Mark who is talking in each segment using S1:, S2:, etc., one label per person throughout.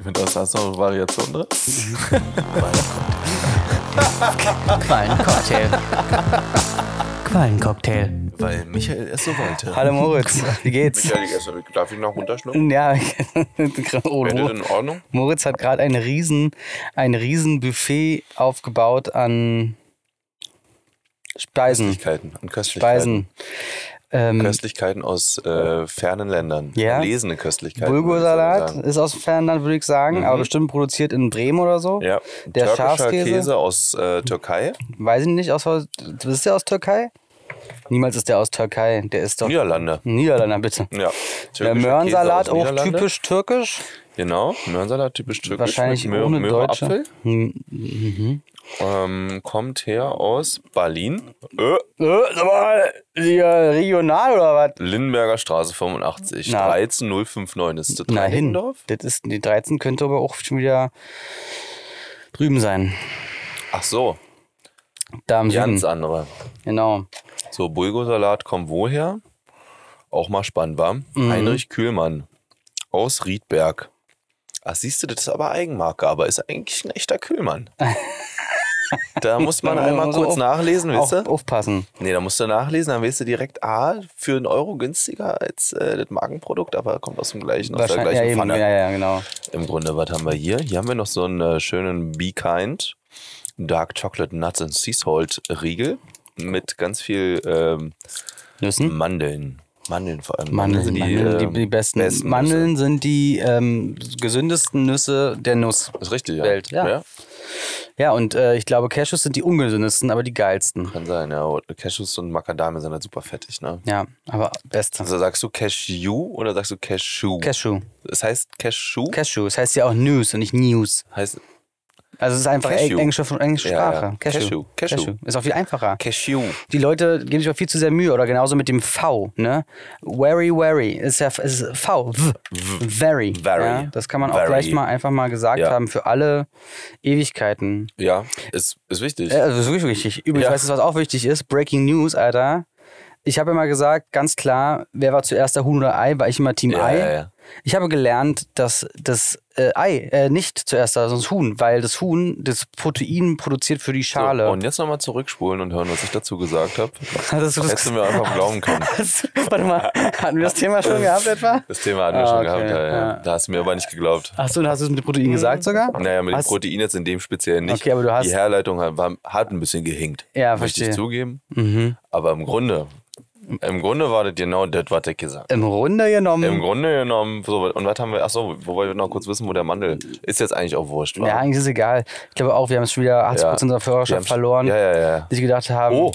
S1: Wenn das hast du noch eine Variation drin?
S2: Quallencocktail. Quallencocktail.
S1: Weil Michael es so wollte.
S2: Hallo Moritz, wie geht's? Hm,
S3: Michael, erstmal, darf ich noch runterschlucken?
S2: Ja, oh,
S3: Wäre das
S2: Mo-
S3: in Ordnung?
S2: Moritz hat gerade ein riesen, ein riesen Buffet aufgebaut an Speisen.
S1: Köstlichkeiten. Und Köstlichkeiten.
S2: Speisen. Ähm,
S1: Köstlichkeiten aus äh, fernen Ländern.
S2: Ja.
S1: Lesene Köstlichkeiten. würde ich
S2: Bulgursalat
S1: sagen. Mhm.
S2: ist aus dem Fernland, würde ich sagen, aber bestimmt produziert in Bremen oder so.
S1: Ja.
S2: Der
S1: Türkischer
S2: Schafskäse.
S1: Käse aus äh, Türkei.
S2: Weiß ich nicht, aus, ist der aus Türkei? Niemals ist der aus Türkei, der ist doch
S1: Niederlande.
S2: Niederländer, bitte.
S1: Ja.
S2: Der
S1: Türkischer
S2: Möhrensalat
S1: Käse aus
S2: auch
S1: Niederlande.
S2: typisch türkisch.
S1: Genau. Möhrensalat typisch türkisch.
S2: Wahrscheinlich
S1: mit Möhre,
S2: ohne
S1: Möhre
S2: deutsche.
S1: Apfel.
S2: Hm.
S1: Ähm, kommt her aus Berlin. Ö,
S2: Äh, sag mal, hier regional oder was?
S1: Lindenberger Straße 85.
S2: Na.
S1: 13059 ist das
S2: Na hin.
S1: Reinickendorf?
S2: Das ist, die 13 könnte aber auch schon wieder drüben sein.
S1: Ach so.
S2: Da im
S1: Ganz
S2: Süden.
S1: andere.
S2: Genau.
S1: So, Bulgursalat kommt woher? Auch mal spannend, war.
S2: Mhm.
S1: Heinrich Kühlmann aus Riedberg. Ach, siehst du, das ist aber Eigenmarke, aber ist eigentlich ein echter Kühlmann. da muss man
S2: Ja,
S1: einmal
S2: muss man
S1: kurz
S2: auf-
S1: nachlesen,
S2: Auf,
S1: weißt du?
S2: aufpassen.
S1: Nee, da musst du nachlesen, dann weißt du direkt, ah, für einen Euro günstiger als äh, das Markenprodukt, aber kommt aus dem gleichen, aus der
S2: ja,
S1: gleichen
S2: eben, ja,
S1: Pfanne.
S2: ja, genau.
S1: Im Grunde, was haben wir hier? Hier haben wir noch so einen äh, schönen Be Kind Dark Chocolate Nuts and Sea Salt Riegel mit ganz viel ähm,
S2: Nüssen?
S1: Mandeln. Mandeln vor allem.
S2: Mandeln,
S1: sind
S2: die, Mandeln, die,
S1: äh,
S2: die besten.
S1: Nüsse.
S2: Mandeln sind die ähm, gesündesten Nüsse der Nuss.
S1: Ist richtig, ja.
S2: Welt, ja. Ja, und äh, ich glaube, Cashews sind die ungesündesten, aber die geilsten.
S1: Kann sein, ja. Und Cashews und Macadamia sind halt super fettig, ne?
S2: Ja, aber beste.
S1: Also sagst du Cashew oder sagst du Cashew?
S2: Cashew.
S1: Es heißt Cashew,
S2: Cashew. Das heißt ja auch News und nicht News.
S1: heißt
S2: Also es ist einfach
S1: Cashew.
S2: englische, englische
S1: Ja, ja.
S2: Sprache. Cashew.
S1: Cashew, Cashew.
S2: Ist auch viel einfacher.
S1: Cashew.
S2: Die Leute geben sich auch viel zu sehr Mühe oder genauso mit dem V, ne? Very, very ist ja ist V. v. Very.
S1: Very.
S2: Ja? Das kann man auch
S1: Very.
S2: gleich mal einfach mal gesagt
S1: Ja.
S2: haben für alle Ewigkeiten.
S1: Ja, ist, ist wichtig.
S2: Ja, also das ist wirklich wichtig. Übrigens,
S1: Ja.
S2: weißt du, was auch wichtig ist? Breaking News, Alter. Ich habe immer gesagt, ganz klar, wer war zuerst der Huhn oder Ei, war ich immer Team
S1: Ja,
S2: Ei.
S1: ja, ja.
S2: Ich habe gelernt, dass das äh, Ei äh, nicht zuerst da, sondern das Huhn, weil das Huhn das Protein produziert für die Schale.
S1: So, und jetzt nochmal zurückspulen und hören, was ich dazu gesagt habe.
S2: Hattest du das
S1: Hättest du mir einfach glauben können.
S2: Warte mal, hatten wir das Thema schon gehabt etwa?
S1: Das Thema hatten wir
S2: Ah,
S1: schon
S2: okay,
S1: gehabt, ja, ja.
S2: ja.
S1: Da hast du mir aber nicht geglaubt.
S2: Achso, und hast du es mit
S1: Mhm.
S2: Protein gesagt sogar?
S1: Naja, mit dem
S2: Hast-
S1: Protein jetzt in dem speziellen nicht.
S2: Okay, aber du hast-
S1: Die Herleitung hat, war, hat ein bisschen gehinkt.
S2: Ja,
S1: Möchte
S2: verstehe.
S1: ich zugeben.
S2: Mhm.
S1: Aber im Grunde, im Grunde war das genau das, was ich gesagt habe.
S2: Im Runde
S1: Im
S2: genommen.
S1: Grunde genommen, so, und was haben wir, achso, wobei wir noch kurz wissen, wo der Mandel ist jetzt eigentlich auch wurscht, wa?
S2: ja, eigentlich ist es egal. Ich glaube auch, wir haben es schon wieder 80% unserer
S1: Wir
S2: Führerschaft
S1: haben's-
S2: verloren, Ähm.
S1: Ja, ja, ja.
S2: die sich gedacht haben,
S1: Oh,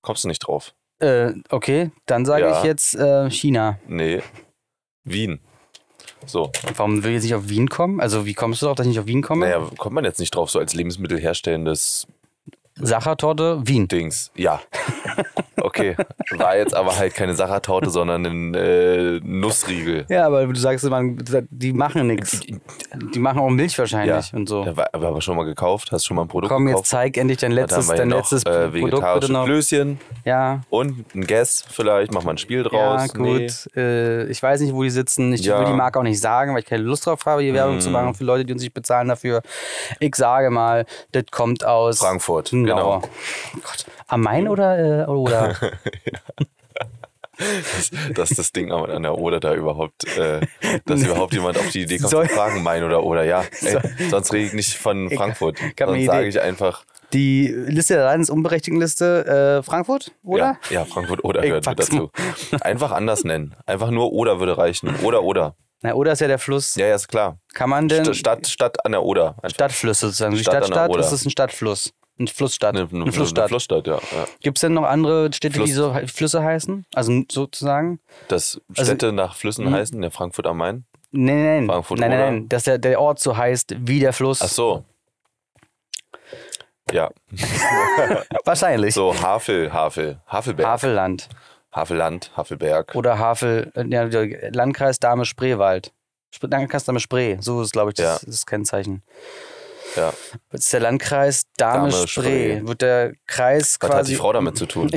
S1: kommst du nicht drauf?
S2: äh, okay, dann sage
S1: Ja.
S2: ich jetzt äh, China.
S1: Nee. Wien. So,
S2: Warum will ich jetzt nicht auf Wien kommen? Also wie kommst du darauf, dass ich nicht auf Wien komme?
S1: naja, kommt man jetzt nicht drauf, so als Lebensmittel herstellendes
S2: Sachertorte, Wien.
S1: Dings. Ja. Okay. War jetzt aber halt keine Sachertorte, sondern ein äh, Nussriegel.
S2: Ja, aber du sagst immer, die machen nichts. Die machen auch Milch wahrscheinlich und so.
S1: Ja, war, war aber schon mal gekauft, hast schon mal ein Produkt
S2: Komm, jetzt
S1: gekauft.
S2: zeig endlich dein
S1: Dann haben
S2: letztes,
S1: wir
S2: dein
S1: hier
S2: letztes
S1: noch, äh,
S2: Produkt bitte
S1: vegetarische
S2: noch.
S1: Klößchen
S2: Ja,
S1: und ein Guess vielleicht, mach mal ein Spiel draus.
S2: ja gut. Äh, ich weiß nicht, wo die sitzen. Ich
S1: Ja. Mhm.
S2: will die Marke auch nicht sagen, weil ich keine Lust drauf habe, hier Werbung zu machen für Leute, die uns nicht bezahlen dafür. Ich sage mal, das kommt aus
S1: Frankfurt, genau.
S2: Genau. Gott. Am Main oder, äh, oder?
S1: Nee, dass das Ding am- an der Oder da überhaupt, äh, dass überhaupt jemand auf die Idee kommt,
S2: Soll-
S1: zu fragen, mein oder Oder, ja. Ey, sonst rede ich nicht von Frankfurt.
S2: ich hab eine
S1: Sonst sage
S2: Idee.
S1: ich einfach,
S2: die Liste der Landesunberechtigtenliste äh, Frankfurt, oder?
S1: Ja, ja Frankfurt Oder
S2: Ich
S1: gehört mit
S2: pack's mal.
S1: dazu. Einfach anders nennen. Einfach nur Oder würde reichen. Oder Oder.
S2: Na, oder ist ja der Fluss.
S1: Ja, ja, ist klar.
S2: Kann man denn
S1: St Stadt, Stadt an der Oder. Einfach
S2: Stadtflüsse sozusagen? Die
S1: Stadt an der
S2: Stadtstadt
S1: Oder. Ne,
S2: ist es ein Stadtfluss. Ein Flussstadt.
S1: Eine, eine,
S2: eine Flussstadt.
S1: Eine Flussstadt ja, ja.
S2: Gibt es denn noch andere Städte, die
S1: Fluss.
S2: so he- Flüsse heißen? Also sozusagen?
S1: Dass
S2: Also-
S1: Städte nach Flüssen heißen, der Frankfurt am Main.
S2: Nein, nein, nein.
S1: Frankfurt
S2: Nein, nein,
S1: oder?
S2: nein. Dass der, der Ort so heißt wie der Fluss.
S1: Ach so. Ja,
S2: Wahrscheinlich.
S1: so Havel, Havel, Havelberg,
S2: Havelland
S1: Havelland, Havelberg.
S2: oder Havel, äh, ja, der Landkreis Dame Spreewald. Sp- Landkreis Dame Spree, so ist, glaube ich, das,
S1: Ja.
S2: das Kennzeichen.
S1: Ja.
S2: Das ist der Landkreis Dame,
S1: Dame
S2: Spree.
S1: Spree.
S2: Wird der Kreis
S1: Was
S2: quasi.
S1: hat die Frau damit zu tun?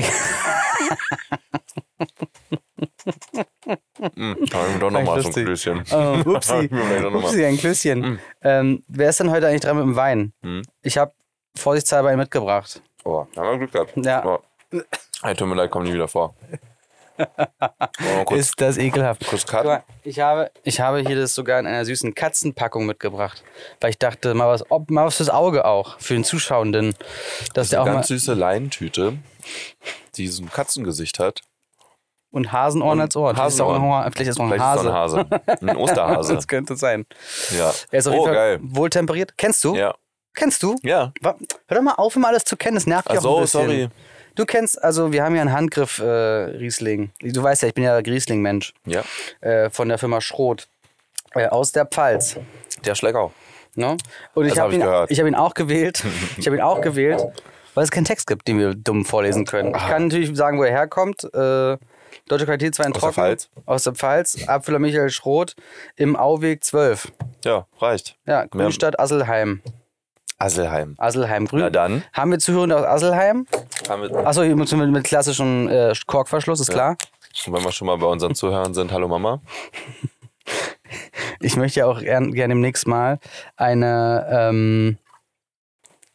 S1: Hm, hab ich mir doch nochmal so ein
S2: lustig.
S1: Klößchen.
S2: Oh, upsi,
S1: Ich will mir doch noch mal-
S2: upsi, ein Klößchen. Ähm, wer ist denn heute eigentlich dran mit dem Wein?
S1: Hm.
S2: Ich habe vorsichtshalber ihn mitgebracht.
S1: Oh, da haben wir Glück gehabt.
S2: Ja.
S1: Oh. Hey, tut mir leid, komm nie wieder vor. Wollen wir mal kurz,
S2: Ist das ekelhaft.
S1: kurz
S2: Guck
S1: cutten?
S2: mal, Ich habe, ich habe hier das sogar in einer süßen Katzenpackung mitgebracht, weil ich dachte, mal was, ob, mal was fürs Auge auch, für den Zuschauenden, dass der
S1: Eine
S2: auch mal
S1: ganz süße Leinentüte, die so ein Katzengesicht hat.
S2: und Hasenohren als Ohr. Vielleicht ist auch ein
S1: Hasenohren.
S2: Horn- Vielleicht ist auch ein
S1: Vielleicht
S2: Hase.
S1: ist es ein Hase. Ein Osterhase.
S2: Das könnte sein.
S1: ja.
S2: Er ist auf
S1: oh,
S2: jeden Fall
S1: geil.
S2: wohltemperiert. Kennst du?
S1: Ja.
S2: Kennst du?
S1: Ja.
S2: Wa- Hör doch mal auf, immer alles zu kennen. Das nervt dich
S1: Ach
S2: auch ein
S1: so,
S2: bisschen.
S1: sorry.
S2: Du kennst, also wir haben ja einen Handgriff äh, Riesling. Du weißt ja, ich bin ja Riesling-Mensch
S1: Ja.
S2: äh, von der Firma Schroth äh, aus der Pfalz.
S1: Der Schlecker.
S2: Ne? Und ich
S1: Das hab
S2: habe
S1: ich
S2: ihn,
S1: gehört.
S2: ich hab ihn auch gewählt. Ich habe ihn auch gewählt, weil es keinen Text gibt, den wir dumm vorlesen können.
S1: Ah.
S2: Ich kann natürlich sagen, wo er herkommt. Äh, deutsche Qualitätswein
S1: der
S2: trocken.
S1: Pfalz?
S2: Aus der Pfalz. Abfüller Michael Schroth im Auweg 12.
S1: Ja, reicht.
S2: Ja, Grünstadt Asselheim.
S1: Asselheim.
S2: Asselheim, Grün.
S1: Na dann.
S2: Haben wir Zuhörende aus Asselheim?
S1: Haben wir,
S2: Achso, hier mit, mit, mit klassischem äh, Korkverschluss, ist klar.
S1: Und wenn wir schon mal bei unseren Zuhörern sind, hallo Mama.
S2: Ich möchte ja auch gern- gerne demnächst mal eine. Ähm,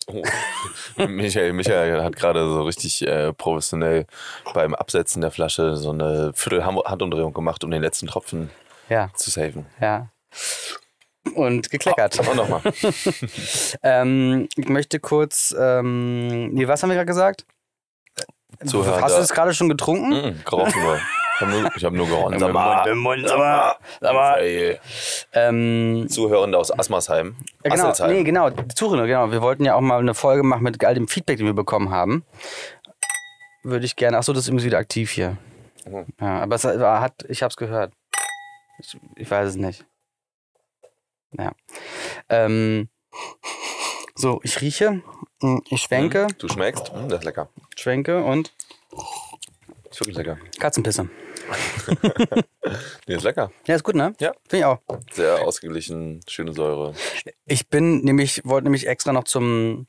S1: Oh. Michael, Michael hat gerade so richtig äh, professionell beim Absetzen der Flasche so eine Viertel Ham- Handumdrehung gemacht, um den letzten Tropfen
S2: ja,
S1: zu saven.
S2: ja. Und gekleckert.
S1: Oh, nochmal.
S2: Ähm, ich möchte kurz. Ähm, nee, was haben wir gerade gesagt?
S1: Zuhörer.
S2: Hast du es gerade schon getrunken?
S1: Mm, gerochen nur. Ich habe nur, ich hab nur gerochen. Sag
S2: Im
S1: mal.
S2: Mund, sag mal. Sag mal.
S1: Ey,
S2: Ähm,
S1: Zuhörende aus Asmersheim.
S2: Ja, genau,
S1: Asselsheim.
S2: nee, genau, Zuhörer, genau. Wir wollten ja auch mal eine Folge machen mit all dem Feedback, den wir bekommen haben. Würde ich gerne. Achso, das ist übrigens wieder aktiv hier.
S1: Mhm.
S2: Ja, aber es hat, ich habe es gehört. Ich, ich weiß es nicht. Naja. Ähm, so, ich rieche, hm, ich schwenke,
S1: Du schmeckst? Mm, das ist lecker.
S2: schwenke und
S1: Ist wirklich lecker.
S2: Katzenpisse.
S1: Nee, ist lecker.
S2: Ja, ist gut, ne?
S1: Ja.
S2: Finde ich auch.
S1: Sehr ausgeglichen, schöne Säure.
S2: Ich bin nämlich, wollte nämlich extra noch zum,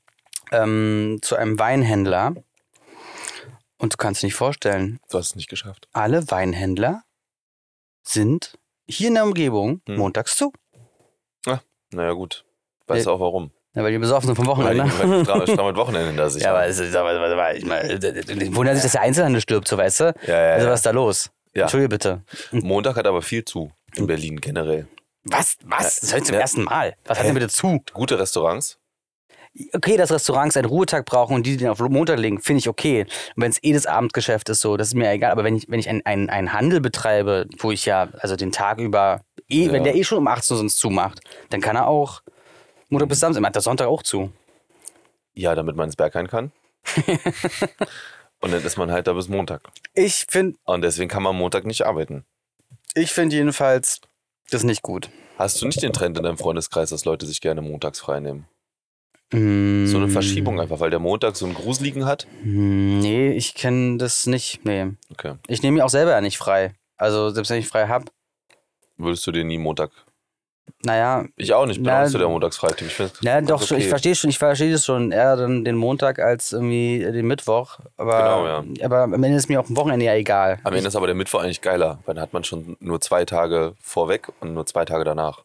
S2: ähm, zu einem Weinhändler. Und du kannst dir nicht vorstellen,
S1: Du hast es nicht geschafft.
S2: alle Weinhändler sind hier in der Umgebung
S1: Hm.
S2: montags zu.
S1: Naja, gut. Weißt du auch warum?
S2: Ja, weil die besoffen sind vom
S1: Weil
S2: Wochenende.
S1: die weil die stramme Wochenende hinter sich
S2: Ja,
S1: haben.
S2: aber es ist, aber, aber, aber ich meine, es wundert sich, dass der Einzelhandel stirbt, so weißt du?
S1: Ja, ja,
S2: Also
S1: ja.
S2: was ist da los?
S1: Ja.
S2: Entschuldige bitte.
S1: Montag hat aber viel zu in Berlin generell.
S2: Was? Was? Das höre ich zum
S1: Ja.
S2: ersten Mal. Was hat
S1: Hä?
S2: denn bitte zu?
S1: Gute Restaurants.
S2: Okay, dass Restaurants einen Ruhetag brauchen und die den auf Montag legen, finde ich okay. Und wenn es eh das Abendgeschäft ist, so, das ist mir egal. Aber wenn ich, wenn ich einen, einen, einen Handel betreibe, wo ich ja, also den Tag über, eh,
S1: Ja.
S2: wenn der eh schon um 18 Uhr sonst zumacht, dann kann er auch Montag
S1: Hm.
S2: bis Samstag, macht der Sonntag auch zu.
S1: Ja, damit man ins Berghain kann. Und dann ist man halt da bis Montag.
S2: Ich finde
S1: Und deswegen kann man Montag nicht arbeiten.
S2: ich find jedenfalls das nicht gut.
S1: Hast du nicht den Trend in deinem Freundeskreis, dass Leute sich gerne montags frei nehmen?
S2: Mm,
S1: So eine Verschiebung einfach, weil der Montag so einen Gruseligen hat.
S2: mm, Nee, ich kenne das nicht. Nee.
S1: Okay.
S2: Ich nehme mir auch selber ja nicht frei. Also, selbst wenn ich frei habe,
S1: Würdest du dir nie Montag.
S2: naja,
S1: Ich auch nicht, bin auch
S2: Na,
S1: nicht so der Montagsfreitipp. Ich find's
S2: Ja, doch,
S1: ganz
S2: schon, ich
S1: okay.
S2: verstehe schon, ich verstehe das schon. Eher dann den Montag als irgendwie den Mittwoch. Aber,
S1: Genau,
S2: aber am Ende ist mir auch am Wochenende ja egal.
S1: Am Ende ist aber der Mittwoch eigentlich geiler, weil dann hat man schon nur zwei Tage vorweg und nur zwei Tage danach.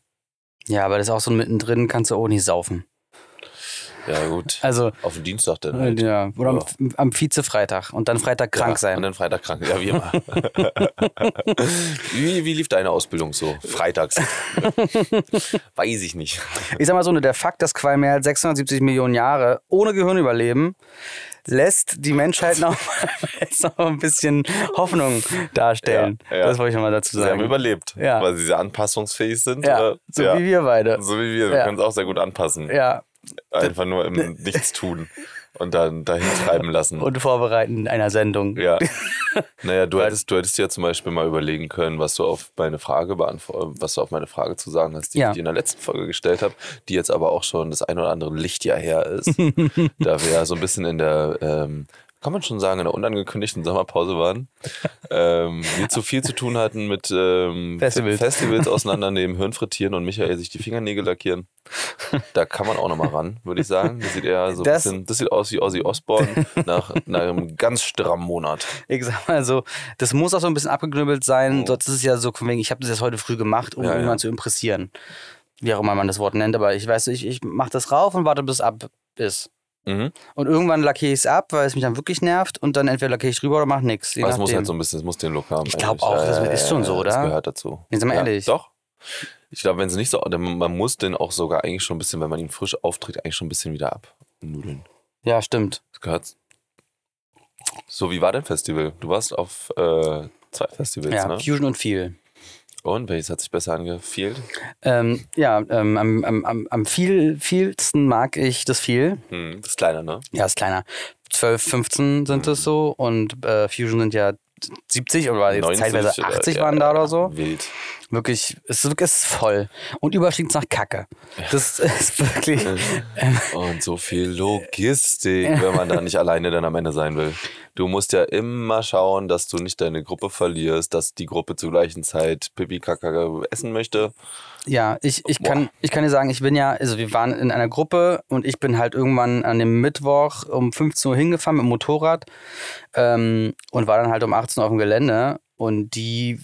S2: Ja, aber das ist auch so mittendrin, kannst du auch nicht saufen.
S1: Ja, gut.
S2: Also,
S1: Auf den Dienstag dann.
S2: äh,
S1: Halt.
S2: ja, oder am,
S1: Ja.
S2: am Vize-Freitag und dann Freitag krank
S1: ja, Und
S2: sein.
S1: dann Freitag krank, ja, wie immer. wie, wie lief deine Ausbildung so? Freitags. Weiß ich nicht.
S2: Ich sag mal so, ne, der Fakt, dass Qualm mehr als 670 Millionen Jahre ohne Gehirn überleben, lässt die Menschheit noch, jetzt noch ein bisschen Hoffnung darstellen.
S1: Ja, ja.
S2: Das wollte ich nochmal dazu
S1: Also, Sie haben
S2: sagen.
S1: überlebt,
S2: Ja.
S1: weil sie sehr anpassungsfähig sind.
S2: Ja,
S1: oder?
S2: so
S1: ja.
S2: wie wir beide.
S1: So wie wir. Wir
S2: Äh, Ja.
S1: können es auch sehr gut anpassen.
S2: Ja,
S1: Einfach nur im Nichts tun und dann dahin treiben lassen.
S2: und vorbereiten einer Sendung.
S1: ja. Naja, du hättest, du hättest dir ja zum Beispiel mal überlegen können, was du auf meine Frage beantworten, was du auf meine Frage zu sagen hast, die
S2: Ja.
S1: ich dir in der letzten Folge gestellt habe, die jetzt aber auch schon das ein oder andere Lichtjahr her ist. da wir ja so ein bisschen in der ähm, kann man schon sagen, in der unangekündigten Sommerpause waren, ähm, wir zu viel zu tun hatten mit ähm,
S2: Festivals.
S1: Festivals auseinandernehmen, Hirn frittieren und Michael sich die Fingernägel lackieren. Da kann man auch nochmal ran, würde ich sagen. Das sieht eher so ein
S2: Das-
S1: bisschen, das sieht aus wie Ozzy Osbourne nach, nach einem ganz strammen Monat.
S2: Ich sag mal so, das muss auch so ein bisschen abgeknüppelt sein. Sonst ist es ja so, von wegen, ich habe das jetzt heute früh gemacht, um
S1: Oh. Ja, ja.
S2: irgendwann zu impressieren. Wie auch immer man das Wort nennt, aber ich weiß, ich, ich mache das rauf und warte, bis es ab ist.
S1: Mhm.
S2: Und irgendwann lackiere ich es ab, weil es mich dann wirklich nervt und dann entweder lackiere ich drüber oder mache nichts.
S1: Aber es muss halt so ein bisschen, es muss den Look haben.
S2: Ich
S1: eigentlich.
S2: glaub auch,
S1: Ja,
S2: das
S1: ja,
S2: ist
S1: ja,
S2: schon
S1: ja,
S2: so,
S1: Das
S2: oder?
S1: gehört dazu.
S2: Jetzt sind wir ehrlich.
S1: Doch. Ich glaube, wenn es nicht so, dann- man muss den auch sogar eigentlich schon ein bisschen, wenn man ihn frisch auftritt, eigentlich schon ein bisschen wieder abnudeln.
S2: ja, stimmt.
S1: Das gehört. So, wie war dein Festival? Du warst auf äh, zwei Festivals,
S2: ja,
S1: ne?
S2: Fusion und viel.
S1: Und welches hat sich besser angefühlt?
S2: Ähm, ja, ähm, am, am, am, am viel, vielsten mag ich das viel.
S1: Hm, das kleine, ne?
S2: Ja, ist kleiner. 12, 15 sind es so und äh, Fusion sind ja 70 oder jetzt
S1: 90
S2: teilweise
S1: oder-
S2: 80
S1: ja,
S2: waren da oder so.
S1: Wild.
S2: Wirklich, es ist, es ist voll. Und überschlägt nach Kacke. Das ist wirklich.
S1: Und so viel Logistik, wenn man da nicht alleine dann am Ende sein will. Du musst ja immer schauen, dass du nicht deine Gruppe verlierst, dass die Gruppe zur gleichen Zeit Pipi Kaka essen möchte.
S2: Ja, ich, ich,
S1: Boah.
S2: kann, ich kann dir sagen, ich bin ja, also wir waren in einer Gruppe und ich bin halt irgendwann an dem Mittwoch um 15 Uhr hingefahren mit dem Motorrad ähm, und war dann halt um 18 Uhr auf dem Gelände und die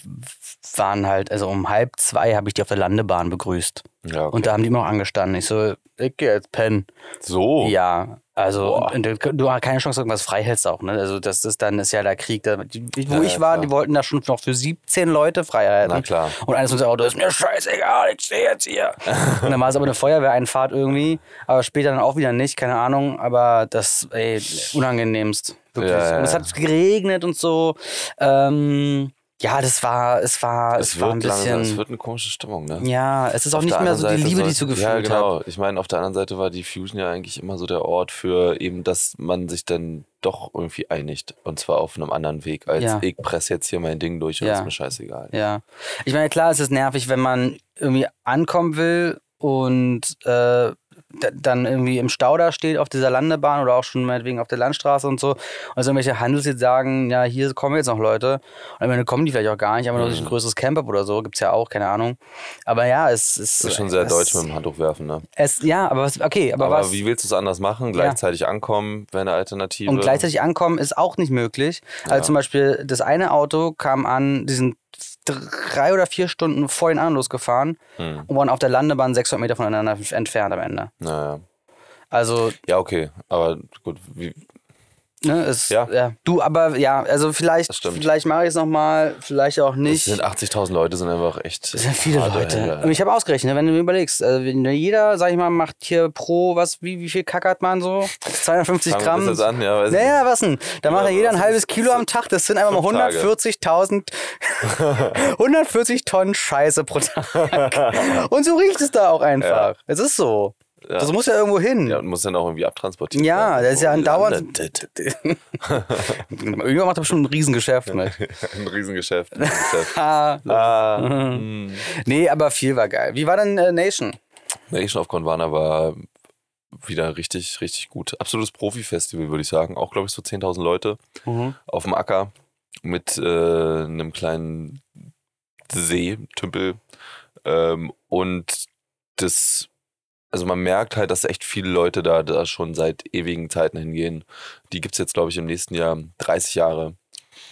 S2: waren halt, also um halb zwei habe ich die auf der Landebahn begrüßt.
S1: Ja, okay.
S2: Und da haben die immer noch angestanden. Ich so, ich gehe jetzt pennen.
S1: so.
S2: Ja, also
S1: Oh. Boah.
S2: und, und, du hast keine Chance, irgendwas freihältst auch. Ne? Also das ist dann ist ja der Krieg. Da, die, wo
S1: Ja,
S2: ich
S1: ja,
S2: war,
S1: klar.
S2: die wollten da schon noch für 17 Leute freihalten.
S1: Na klar.
S2: Und eines unserer Autos ist mir scheißegal, ich stehe jetzt hier. und dann war es aber eine Feuerwehreinfahrt irgendwie, aber später dann auch wieder nicht, keine Ahnung. Aber das, ey, unangenehmst. Wirklich.
S1: Ja, ja,
S2: Und es
S1: ja.
S2: hat geregnet und so. Ähm, ja, das war, es war, es,
S1: Es
S2: war ein
S1: wird, langsam, es
S2: bisschen.
S1: wird eine komische Stimmung, ne?
S2: ja, es ist auch
S1: Auf
S2: nicht
S1: der
S2: mehr so die
S1: anderen Seite
S2: Liebe, die ich so
S1: sollte-
S2: gefühlt
S1: Ja,
S2: habe.
S1: genau. Ich meine, auf der anderen Seite war die Fusion ja eigentlich immer so der Ort für eben, dass man sich dann doch irgendwie einigt. Und zwar auf einem anderen Weg, als
S2: Ja.
S1: ich presse jetzt hier mein Ding durch und
S2: Ja.
S1: ist mir scheißegal.
S2: Ja. Ich meine, klar es ist nervig, wenn man irgendwie ankommen will und äh, da- dann irgendwie im Stau da steht auf dieser Landebahn oder auch schon meinetwegen auf der Landstraße und so. Und so irgendwelche Handels jetzt sagen, ja, hier kommen jetzt noch Leute. Und am Ende kommen die vielleicht auch gar nicht, aber nur
S1: Mhm.
S2: durch ein größeres Camp-Up oder so, gibt's ja auch, keine Ahnung. Aber ja, es ist.
S1: Das ist schon sehr
S2: es,
S1: deutsch mit dem Handtuch werfen, ne?
S2: Es, ja, aber was, okay, aber,
S1: Aber
S2: was.
S1: wie willst du es anders machen? Gleichzeitig ankommen wäre eine Alternative.
S2: Und gleichzeitig ankommen ist auch nicht möglich. Also zum Beispiel das eine Auto kam an, die sind drei oder vier Stunden vor den anderen losgefahren
S1: Hm.
S2: und waren auf der Landebahn 600 Meter voneinander f- entfernt am Ende.
S1: Naja.
S2: Also,
S1: Ja, okay. Aber gut, wie,
S2: ne, ist, ja.
S1: Ja.
S2: Du, aber ja, also vielleicht,
S1: Das stimmt.
S2: vielleicht mache ich es nochmal, vielleicht auch
S1: es
S2: nicht.
S1: sind 80.000 Leute, sind einfach echt.
S2: Das sind viele
S1: harte
S2: Leute.
S1: Händler.
S2: Und ich habe ausgerechnet, wenn du mir überlegst, also wenn jeder, sag ich mal, macht hier pro, was, wie, wie viel kackert man so? 250
S1: Fangen wir
S2: Gramm.
S1: das jetzt an, ja, weiß ich
S2: naja, was denn? Da macht ja jeder ein
S1: Also was
S2: halbes
S1: ist-
S2: Kilo am Tag. Das sind einfach mal
S1: Fünf Tage.
S2: 140.000, 140 Tonnen Scheiße pro Tag. Und so riecht es da auch einfach. Es ist so. Das muss ja irgendwo hin.
S1: Ja, und muss dann auch irgendwie abtransportieren.
S2: Ja, das ist ja andauernd.
S1: Landet.
S2: Irgendwann macht er bestimmt ein Riesengeschäft mit.
S1: Ein Riesengeschäft. ein Riesengeschäft.
S2: Ah,
S1: ah,
S2: nee, aber viel war geil. Wie war denn äh, Nation?
S1: Nation of Gondwana war wieder richtig, richtig gut. Absolutes Profi-Festival, würde ich sagen. Auch, glaube ich, so 10.000 Leute auf dem Acker mit äh, einem kleinen See, Tümpel. Ähm, und das, also man merkt halt, dass echt viele Leute da, da schon seit ewigen Zeiten hingehen. Die gibt es jetzt, glaube ich, im nächsten Jahr 30 Jahre.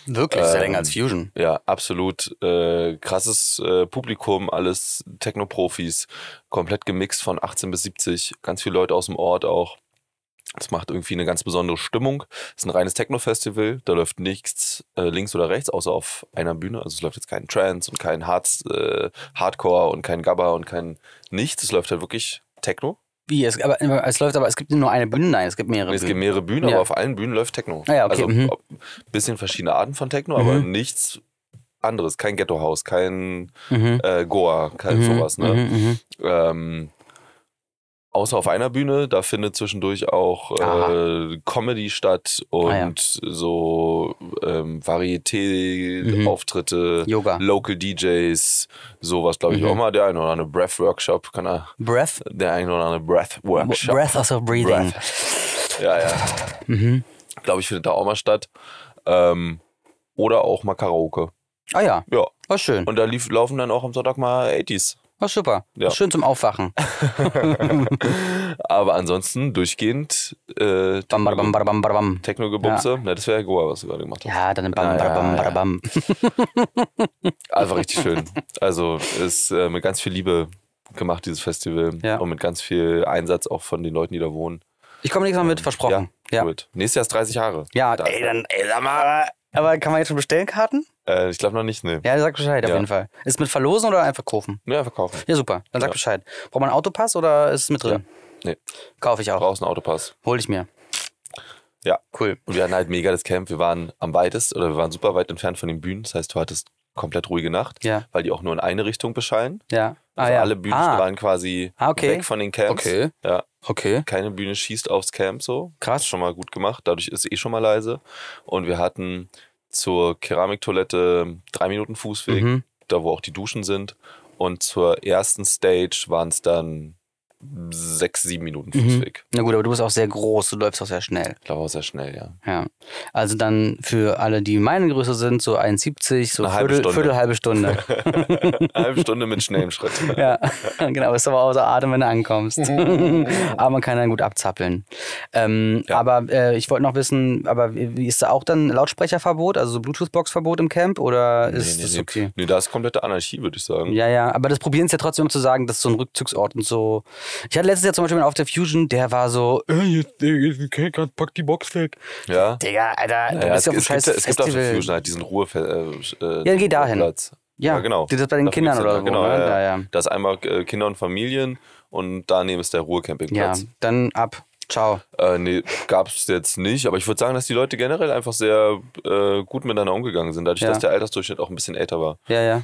S2: Wirklich, ist ja
S1: Ähm,
S2: länger als Fusion.
S1: Ja, absolut äh, krasses äh, Publikum, alles Techno-Profis, komplett gemixt von 18 bis 70, ganz viele Leute aus dem Ort auch. Das macht irgendwie eine ganz besondere Stimmung. Ist ein reines Techno-Festival, da läuft nichts äh, links oder rechts, außer auf einer Bühne. Also es läuft jetzt kein Trance und kein Hard, äh, Hardcore und kein Gabba und kein nichts. Es läuft halt wirklich Techno.
S2: Wie, es, aber, es läuft aber, es gibt nur eine Bühne, nein, es gibt mehrere
S1: Es gibt
S2: Bühnen.
S1: mehrere Bühnen,
S2: Ja.
S1: aber auf allen Bühnen läuft Techno.
S2: Ah ja, okay,
S1: Also
S2: mhm.
S1: ob- bisschen verschiedene Arten von Techno, aber nichts anderes. Kein Ghetto-House, kein
S2: Mhm.
S1: äh, Goa, kein
S2: Mhm,
S1: sowas. Ne?
S2: mhm, mhm.
S1: Ähm, außer auf einer Bühne, da findet zwischendurch auch äh, Comedy statt und
S2: Ah, ja.
S1: so ähm,
S2: Mhm.
S1: Varieté-Auftritte,
S2: Yoga.
S1: Local DJs, sowas glaube ich
S2: Mhm.
S1: auch mal. Der eine oder andere Breath-Workshop kann er.
S2: Breath?
S1: Der eine oder andere Breath-Workshop.
S2: Breath also Breathing.
S1: Ja, ja.
S2: Mhm.
S1: Glaube ich, findet da auch mal statt. Ähm, oder auch mal Karaoke.
S2: Ah ja,
S1: Ja.
S2: war schön.
S1: Und da lief, laufen dann auch am Sonntag mal 80s.
S2: War super.
S1: Ja.
S2: Schön zum Aufwachen.
S1: Aber ansonsten durchgehend äh,
S2: Bam, bam, bam, bam, bam, bam.
S1: Techno-Gebumse. Na, das wäre ja Goa, was du gerade gemacht hast.
S2: Ja, dann bam,
S1: Ja, ja,
S2: bam,
S1: ja.
S2: bam, bam.
S1: Einfach richtig schön. Also ist äh, mit ganz viel Liebe gemacht, dieses Festival.
S2: Ja.
S1: Und mit ganz viel Einsatz auch von den Leuten, die da wohnen.
S2: Ich komme nächstes Mal mit, versprochen. Ja.
S1: Gut. Nächstes Jahr ist 30 Jahre.
S2: Ja,
S1: Da-
S2: ey, dann, ey, sag mal. Aber kann man jetzt schon bestellen, Karten?
S1: Äh, ich glaube noch nicht, ne.
S2: Ja, sag Bescheid, auf
S1: Ja.
S2: jeden Fall. Ist mit Verlosen oder einfach kaufen?
S1: Ja, verkaufen.
S2: Ja, super. Dann sag
S1: Ja.
S2: Bescheid. Braucht man einen Autopass oder ist es mit drin?
S1: Nee.
S2: Kaufe ich auch.
S1: Brauchst einen Autopass.
S2: Hol ich mir.
S1: Ja.
S2: Cool.
S1: Und wir hatten halt mega das Camp. Wir waren am weitest oder wir waren super weit entfernt von den Bühnen. Das heißt, du hattest komplett ruhige Nacht,
S2: Ja.
S1: weil die auch nur in eine Richtung beschallen.
S2: Ja.
S1: Also
S2: ja.
S1: alle Bühnen
S2: ah,
S1: waren quasi
S2: Ah, okay.
S1: weg von den Camps.
S2: Okay.
S1: Ja,
S2: Okay.
S1: keine Bühne schießt aufs Camp so.
S2: Krass.
S1: Ist schon mal gut gemacht. Dadurch ist eh schon mal leise. Und wir hatten zur Keramiktoilette drei Minuten Fußweg,
S2: Mhm.
S1: da wo auch die Duschen sind. Und zur ersten Stage waren es dann sechs, sieben Minuten
S2: Mhm.
S1: Fußweg.
S2: Na gut, aber du bist auch sehr groß, du läufst auch sehr schnell.
S1: Ich glaube auch sehr schnell, ja.
S2: Ja. Also dann für alle, die meine Größe sind, so 1,70, so
S1: Eine halbe
S2: Viertel,
S1: Stunde.
S2: Viertel, halbe Stunde.
S1: Eine halbe Stunde mit schnellem Schritt.
S2: Ja, genau, ist aber außer Atem, wenn du ankommst. aber man kann dann gut abzappeln. Ähm,
S1: Ja.
S2: Aber äh, ich wollte noch wissen, aber wie wie ist da auch dann Lautsprecherverbot, also so Bluetooth-Box-Verbot im Camp oder ist
S1: nee,
S2: das
S1: nee.
S2: okay?
S1: Nee, da ist komplette Anarchie, würde ich sagen.
S2: Ja, ja, aber das probieren es ja trotzdem um zu sagen, das ist so ein Rückzugsort und so. Ich hatte letztes Jahr zum Beispiel einen auf der Fusion, der war so, äh, jetzt, äh, jetzt okay, grad, pack die Box weg.
S1: Ja.
S2: Digga, Alter, du
S1: Ja,
S2: bist ja auf dem
S1: es,
S2: scheiß
S1: gibt, es gibt auf der
S2: Festival.
S1: Fusion halt diesen Ruhe. Äh, äh,
S2: Ja, geh dahin.
S1: Platz.
S2: Ja,
S1: Ja, genau.
S2: Das ist bei den
S1: Dafür
S2: Kindern
S1: gibt's
S2: oder
S1: ja-
S2: so.
S1: genau,
S2: ne?
S1: ja,
S2: Da,
S1: ja.
S2: ja.
S1: Da ist einmal äh, Kinder und Familien und daneben ist der
S2: ja,
S1: Ruhecampingplatz.
S2: dann ab. Ciao.
S1: Äh, nee, gab es jetzt nicht, aber ich würde sagen, dass die Leute generell einfach sehr äh, gut miteinander umgegangen sind, dadurch,
S2: Ja.
S1: dass der Altersdurchschnitt auch ein bisschen älter war.
S2: Ja, ja.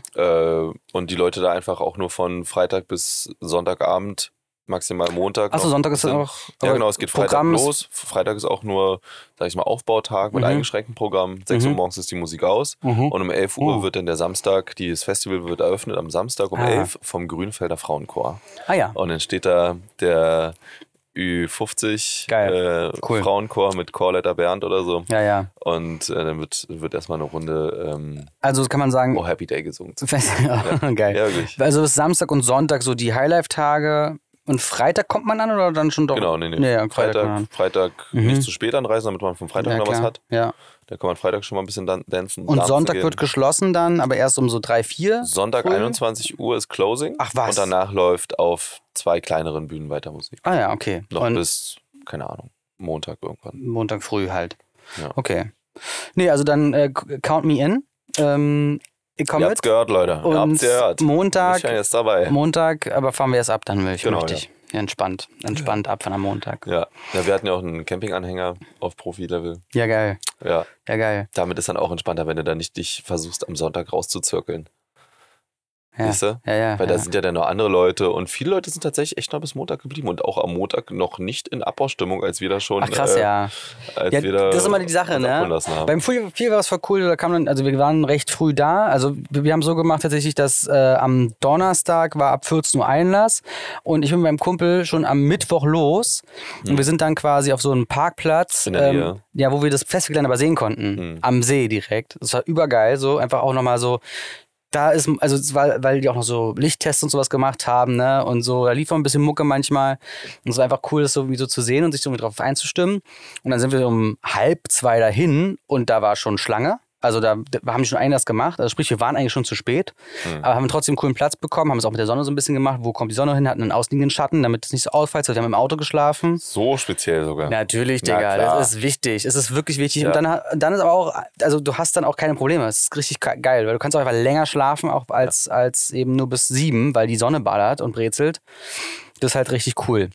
S1: Äh, und die Leute da einfach auch nur von Freitag bis Sonntagabend, maximal Montag.
S2: Achso,
S1: noch
S2: Sonntag ist dann
S1: sind.
S2: auch.
S1: Ja,
S2: aber
S1: genau, es geht
S2: Programm
S1: Freitag
S2: ist-
S1: los. Freitag ist auch nur, sag ich mal, Aufbautag mit
S2: Mhm.
S1: eingeschränktem Programm. 6 Uhr
S2: Mhm.
S1: morgens ist die Musik aus.
S2: Mhm.
S1: Und um 11 Uhr
S2: Oh.
S1: wird dann der Samstag, die- das Festival wird eröffnet am Samstag um
S2: Ah.
S1: 11 vom Grünfelder Frauenchor.
S2: Ah ja.
S1: Und dann steht da der Ü50
S2: Geil.
S1: äh,
S2: Cool.
S1: Frauenchor mit Chorleiter Bernd oder so.
S2: Ja, ja.
S1: Und äh, dann wird, wird erstmal eine Runde ähm,
S2: Also das kann man sagen.
S1: Oh Happy Day gesungen.
S2: Geil.
S1: Ja, wirklich.
S2: Also ist Samstag und Sonntag so die Highlife-Tage und Freitag kommt man an oder dann schon doch?
S1: Genau, nee, nee.
S2: Nee, ja, Freitag kommt man
S1: Freitag,
S2: an.
S1: Freitag nicht zu spät anreisen, damit man vom Freitag
S2: ja,
S1: noch was
S2: klar.
S1: hat.
S2: Ja.
S1: Da kann man Freitag schon mal ein bisschen dan dancen.
S2: Und
S1: tanzen
S2: Sonntag
S1: gehen.
S2: wird geschlossen dann, aber erst um so drei, vier.
S1: Sonntag
S2: Cool.
S1: 21 Uhr ist Closing.
S2: Ach, was?
S1: Und danach läuft auf zwei kleineren Bühnen weiter Musik.
S2: Ah ja, okay.
S1: Noch
S2: und
S1: bis, keine Ahnung, Montag irgendwann.
S2: Montag früh halt.
S1: Ja.
S2: Okay. Nee, also dann äh, count me in. Ähm, ich
S1: Ihr
S2: komme
S1: habt's
S2: mit.
S1: gehört, Leute. Ihr
S2: Und
S1: habt's gehört.
S2: Montag,
S1: Ich bin jetzt dabei.
S2: Montag, aber fahren wir erst ab, dann will ich
S1: Genau,
S2: möchte ich. Ja, entspannt. Entspannt ab von am Montag.
S1: ja. ja, wir hatten ja auch einen Campinganhänger auf Profi-Level.
S2: Ja, geil.
S1: Ja,
S2: Ja, geil.
S1: damit ist dann auch entspannter, wenn du dann nicht dich versuchst, am Sonntag rauszuzirkeln.
S2: Ja.
S1: Siehst du?
S2: Ja, ja.
S1: Weil da
S2: ja.
S1: sind ja dann noch andere Leute und viele Leute sind tatsächlich echt noch bis Montag geblieben und auch am Montag noch nicht in Abbaustimmung, als wir da schon.
S2: Ach krass,
S1: äh,
S2: ja.
S1: Als
S2: Ja,
S1: wir da
S2: das ist immer die Sache,
S1: uns abholen
S2: ne?
S1: lassen haben.
S2: Beim Fuel Fuel war es voll cool, da kam dann, also wir waren recht früh da. Also wir wir haben so gemacht tatsächlich, dass äh, am Donnerstag war ab 14 Uhr Einlass und ich bin mit meinem Kumpel schon am Mittwoch los und
S1: Mhm.
S2: wir sind dann quasi auf so einem Parkplatz,
S1: In der Hm.
S2: ähm,
S1: Nähe.
S2: ja, wo wir das Festival dann aber sehen konnten, am See direkt. Das war übergeil, so einfach auch nochmal so. Da ist, also es war, weil die auch noch so Lichttests und sowas gemacht haben, ne? Und so, da lief auch ein bisschen Mucke manchmal. Und es war einfach cool, das so, wie so zu sehen und sich so mit drauf einzustimmen. Und dann sind wir um halb zwei dahin und da war schon Schlange. Also da, da haben die schon Einlass gemacht. Also sprich, wir waren eigentlich schon zu spät,
S1: Hm.
S2: aber haben trotzdem einen coolen Platz bekommen, haben es auch mit der Sonne so ein bisschen gemacht. Wo kommt die Sonne hin? Hatten einen ausliegenden Schatten, damit es nicht so ausfällt. Wir haben im Auto geschlafen.
S1: So speziell sogar.
S2: Natürlich,
S1: Na
S2: Digga.
S1: klar.
S2: das ist wichtig. Es ist wirklich wichtig. Und
S1: Ja.
S2: dann, ha- dann ist aber auch, also du hast dann auch keine Probleme. Es ist richtig ka- geil, weil du kannst auch einfach länger schlafen, auch als, als eben nur bis sieben, weil die Sonne ballert und brezelt. Das ist halt richtig cool.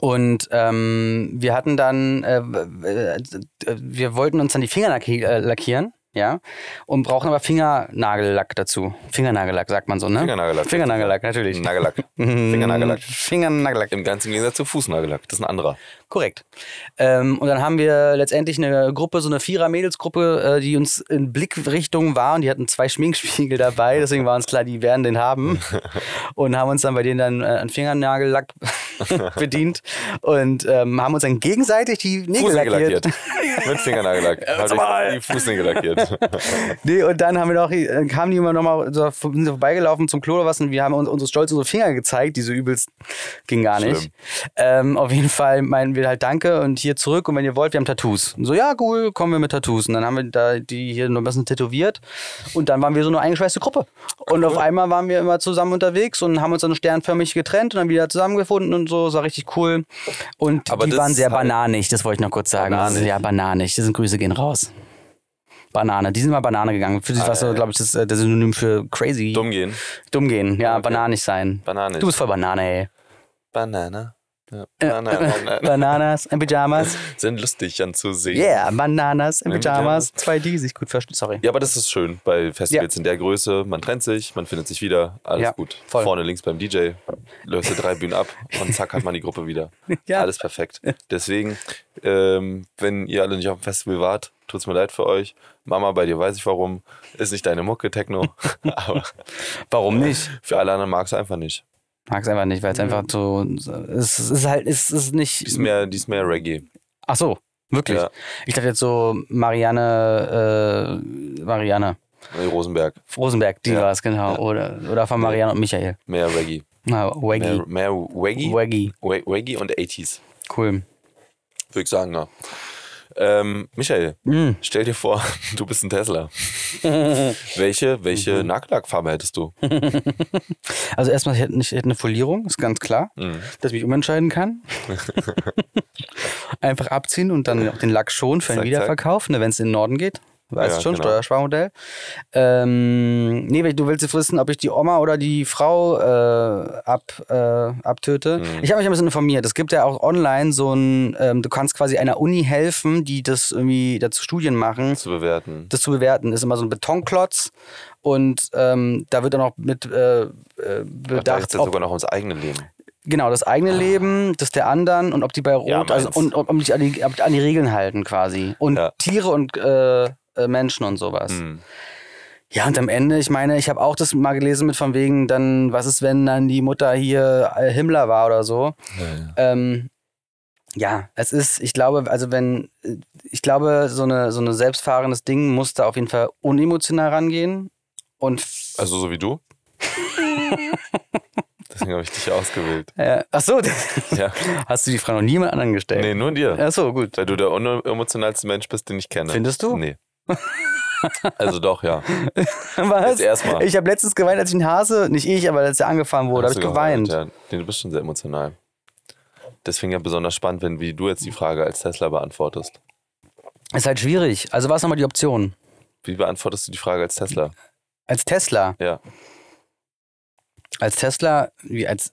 S2: Und ähm, wir hatten dann, äh, äh, äh, wir wollten uns dann die Finger lack äh, lackieren, ja, und brauchen aber Fingernagellack dazu. Fingernagellack sagt man so, ne?
S1: Fingernagellack.
S2: Fingernagellack, natürlich. Hm,
S1: Nagellack. Fingernagellack.
S2: Fingernagellack.
S1: Im ganzen Gegensatz zu Fußnagellack. Das ist ein anderer.
S2: Korrekt. Ähm, und dann haben wir letztendlich eine Gruppe, so eine Vierer-Mädelsgruppe, äh, die uns in Blickrichtung war und die hatten zwei Schminkspiegel dabei, deswegen war uns klar, die werden den haben und haben uns dann bei denen dann äh, einen Fingernagellack bedient und ähm, haben uns dann gegenseitig die Nägel
S1: Fußnägel
S2: lackiert. Äh,
S1: lackiert. Mit Fingernagellack. Hab
S2: mal.
S1: ich die Fußnägel lackiert.
S2: Nee, und dann haben wir noch, dann kamen die immer nochmal, so, sind so vorbeigelaufen zum Klo oder was und wir haben uns unsere stolz unsere Finger gezeigt, die so übelst, ging gar nicht.
S1: Schlimm.
S2: Ähm, auf jeden Fall meinten wir halt Danke und hier zurück und wenn ihr wollt, wir haben Tattoos. Und so, ja, cool, kommen wir mit Tattoos. Und dann haben wir da die hier noch ein bisschen tätowiert und dann waren wir so eine eingeschweißte Gruppe. Und auf einmal waren wir immer zusammen unterwegs und haben uns dann sternförmig getrennt und dann wieder zusammengefunden und so, das war richtig cool. Und
S1: Aber
S2: die
S1: das
S2: waren sehr
S1: ist halt-
S2: bananig, das wollte ich noch kurz sagen.
S1: Bananig.
S2: Ja, bananig, das sind Grüße gehen raus. Banane. Die sind mal Banane gegangen. Für dich war so, glaube ich, das, äh, das Synonym für crazy.
S1: Ah, Dumm gehen.
S2: Dumm gehen. Ja, bananig sein.
S1: Bananisch.
S2: Du bist voll Banane, ey.
S1: Banana. Ja, Banana.
S2: Bananas in Pyjamas.
S1: Sind lustig anzusehen.
S2: Yeah, Bananas in
S1: In
S2: Pyjamas. Zwei, die sich gut verstehen. Sorry.
S1: Ja, aber das ist schön bei Festivals in der Größe. Man trennt sich, man findet sich wieder, alles
S2: Ja,
S1: gut.
S2: voll.
S1: Vorne links beim DJ, löst ihr drei Bühnen ab und zack hat man die Gruppe wieder.
S2: Ja.
S1: Alles perfekt. Deswegen, ähm, wenn ihr alle nicht auf dem Festival wart, tut's mir leid für euch. Mama, bei dir weiß ich warum. Ist nicht deine Mucke, Techno. aber
S2: Warum nicht?
S1: für alle anderen magst du einfach nicht.
S2: Mag's einfach nicht, weil es einfach so. Es ist halt, es ist nicht.
S1: Die ist Mhm. mehr, die ist mehr Reggae.
S2: Ach so, wirklich.
S1: Ja.
S2: Ich dachte jetzt so Marianne, äh, Marianne.
S1: Nee, Rosenberg,
S2: Rosenberg, die
S1: Ja.
S2: war es, genau. Oder, oder von Marianne und Michael.
S1: mehr Reggae.
S2: Na, Waggy.
S1: Mehr, mehr Waggy.
S2: Waggy.
S1: Wa- Waggy und 80s,
S2: Cool.
S1: würde ich sagen, ja. Ähm, Michael,
S2: Mm.
S1: Stell dir vor, du bist ein Tesla. welche
S2: Mhm.
S1: welche Nacklackfarbe hättest du?
S2: Also erstmal, ich hätte, nicht- ich hätte eine Folierung, ist ganz klar,
S1: Mhm.
S2: dass ich mich umentscheiden kann. Einfach abziehen und dann auch den Lack schon für einen
S1: Zack,
S2: Wiederverkauf, ne, wenn es in den Norden geht. Weißt
S1: Ja,
S2: schon,
S1: genau.
S2: Steuersparmodell. Ähm, nee, wenn- du willst jetzt wissen, ob ich die Oma oder die Frau äh, ab, äh, abtöte.
S1: Mhm.
S2: Ich habe mich ein bisschen informiert. Es gibt ja auch online so ein, ähm, du kannst quasi einer Uni helfen, die das irgendwie dazu Studien machen
S1: Zu bewerten.
S2: das zu bewerten. Ist immer so ein Betonklotz und ähm, da wird dann auch mit äh, äh,
S1: Da geht
S2: bedacht,
S1: es
S2: ob,
S1: sogar noch ums eigene Leben.
S2: genau das eigene Leben, das der anderen und ob die bei Rot,
S1: Ja,
S2: also
S1: meins.
S2: und ob, ob die an die, ob an die Regeln halten quasi. Und
S1: Ja.
S2: Tiere und äh, äh, Menschen und sowas.
S1: Hm.
S2: Ja, und am Ende, ich meine, ich habe auch das mal gelesen mit von wegen, dann, was ist, wenn dann die Mutter hier äh, Himmler war oder so. Ähm, ja, es ist, ich glaube, also wenn, äh, ich glaube, so eine, so eine selbstfahrendes Ding muss da auf jeden Fall unemotional rangehen. Und f-
S1: Also so wie du? Deswegen habe ich dich ausgewählt.
S2: äh, ach so,
S1: Ja.
S2: hast du die Frage noch niemand anderen gestellt?
S1: Nee, nur dir.
S2: Ach so, gut.
S1: Weil du der unemotionalste Mensch bist, den ich kenne.
S2: Findest du?
S1: Nee. Also doch, ja.
S2: Was?
S1: Jetzt erstmal.
S2: Ich habe letztens geweint, als ich einen Hase, nicht ich, aber als er angefahren wurde, habe
S1: Hast
S2: Oh, ich
S1: du
S2: geweint.
S1: Ja, nee, du bist schon sehr emotional. Deswegen ja besonders spannend, wenn wie du jetzt die Frage als Tesla beantwortest.
S2: Ist halt schwierig. Also, was nochmal die Option?
S1: Wie beantwortest du die Frage als Tesla?
S2: Als Tesla.
S1: Ja.
S2: Als Tesla, wie als,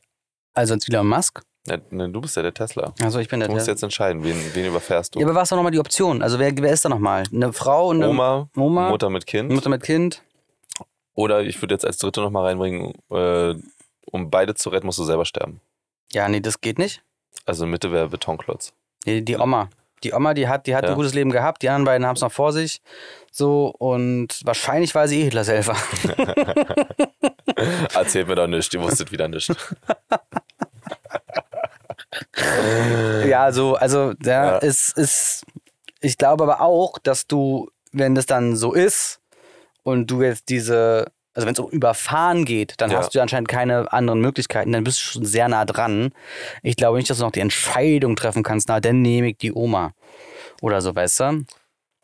S2: also als Elon Musk?
S1: ja ne, du bist ja der Tesla.
S2: Also ich bin der
S1: Du musst
S2: Tesla.
S1: jetzt entscheiden, wen, wen überfährst du?
S2: Ja, aber was ist nochmal die Option? Also wer, wer ist da nochmal? Eine Frau und eine
S1: Oma,
S2: Oma?
S1: Mutter mit Kind.
S2: Mutter mit Kind?
S1: Oder ich würde jetzt als dritte nochmal reinbringen, äh, um beide zu retten, musst du selber sterben.
S2: Ja, nee, das geht nicht.
S1: Also in Mitte wäre Betonklotz.
S2: Nee, die Oma. Die Oma, die hat, die hat
S1: Ja.
S2: ein gutes Leben gehabt, die anderen beiden haben es noch vor sich. So, und wahrscheinlich war sie eh Hitlers Helfer.
S1: Erzählt mir doch nichts, die wusstet wieder nichts.
S2: ja, so, also ja,
S1: Äh. Ja.
S2: es ist. Ich glaube aber auch, dass du, wenn das dann so ist und du jetzt diese, also wenn es um Überfahren geht, dann
S1: Ja.
S2: hast du anscheinend keine anderen Möglichkeiten, dann bist du schon sehr nah dran. Ich glaube nicht, dass du noch die Entscheidung treffen kannst, na, dann nehme ich die Oma. Oder so, weißt du?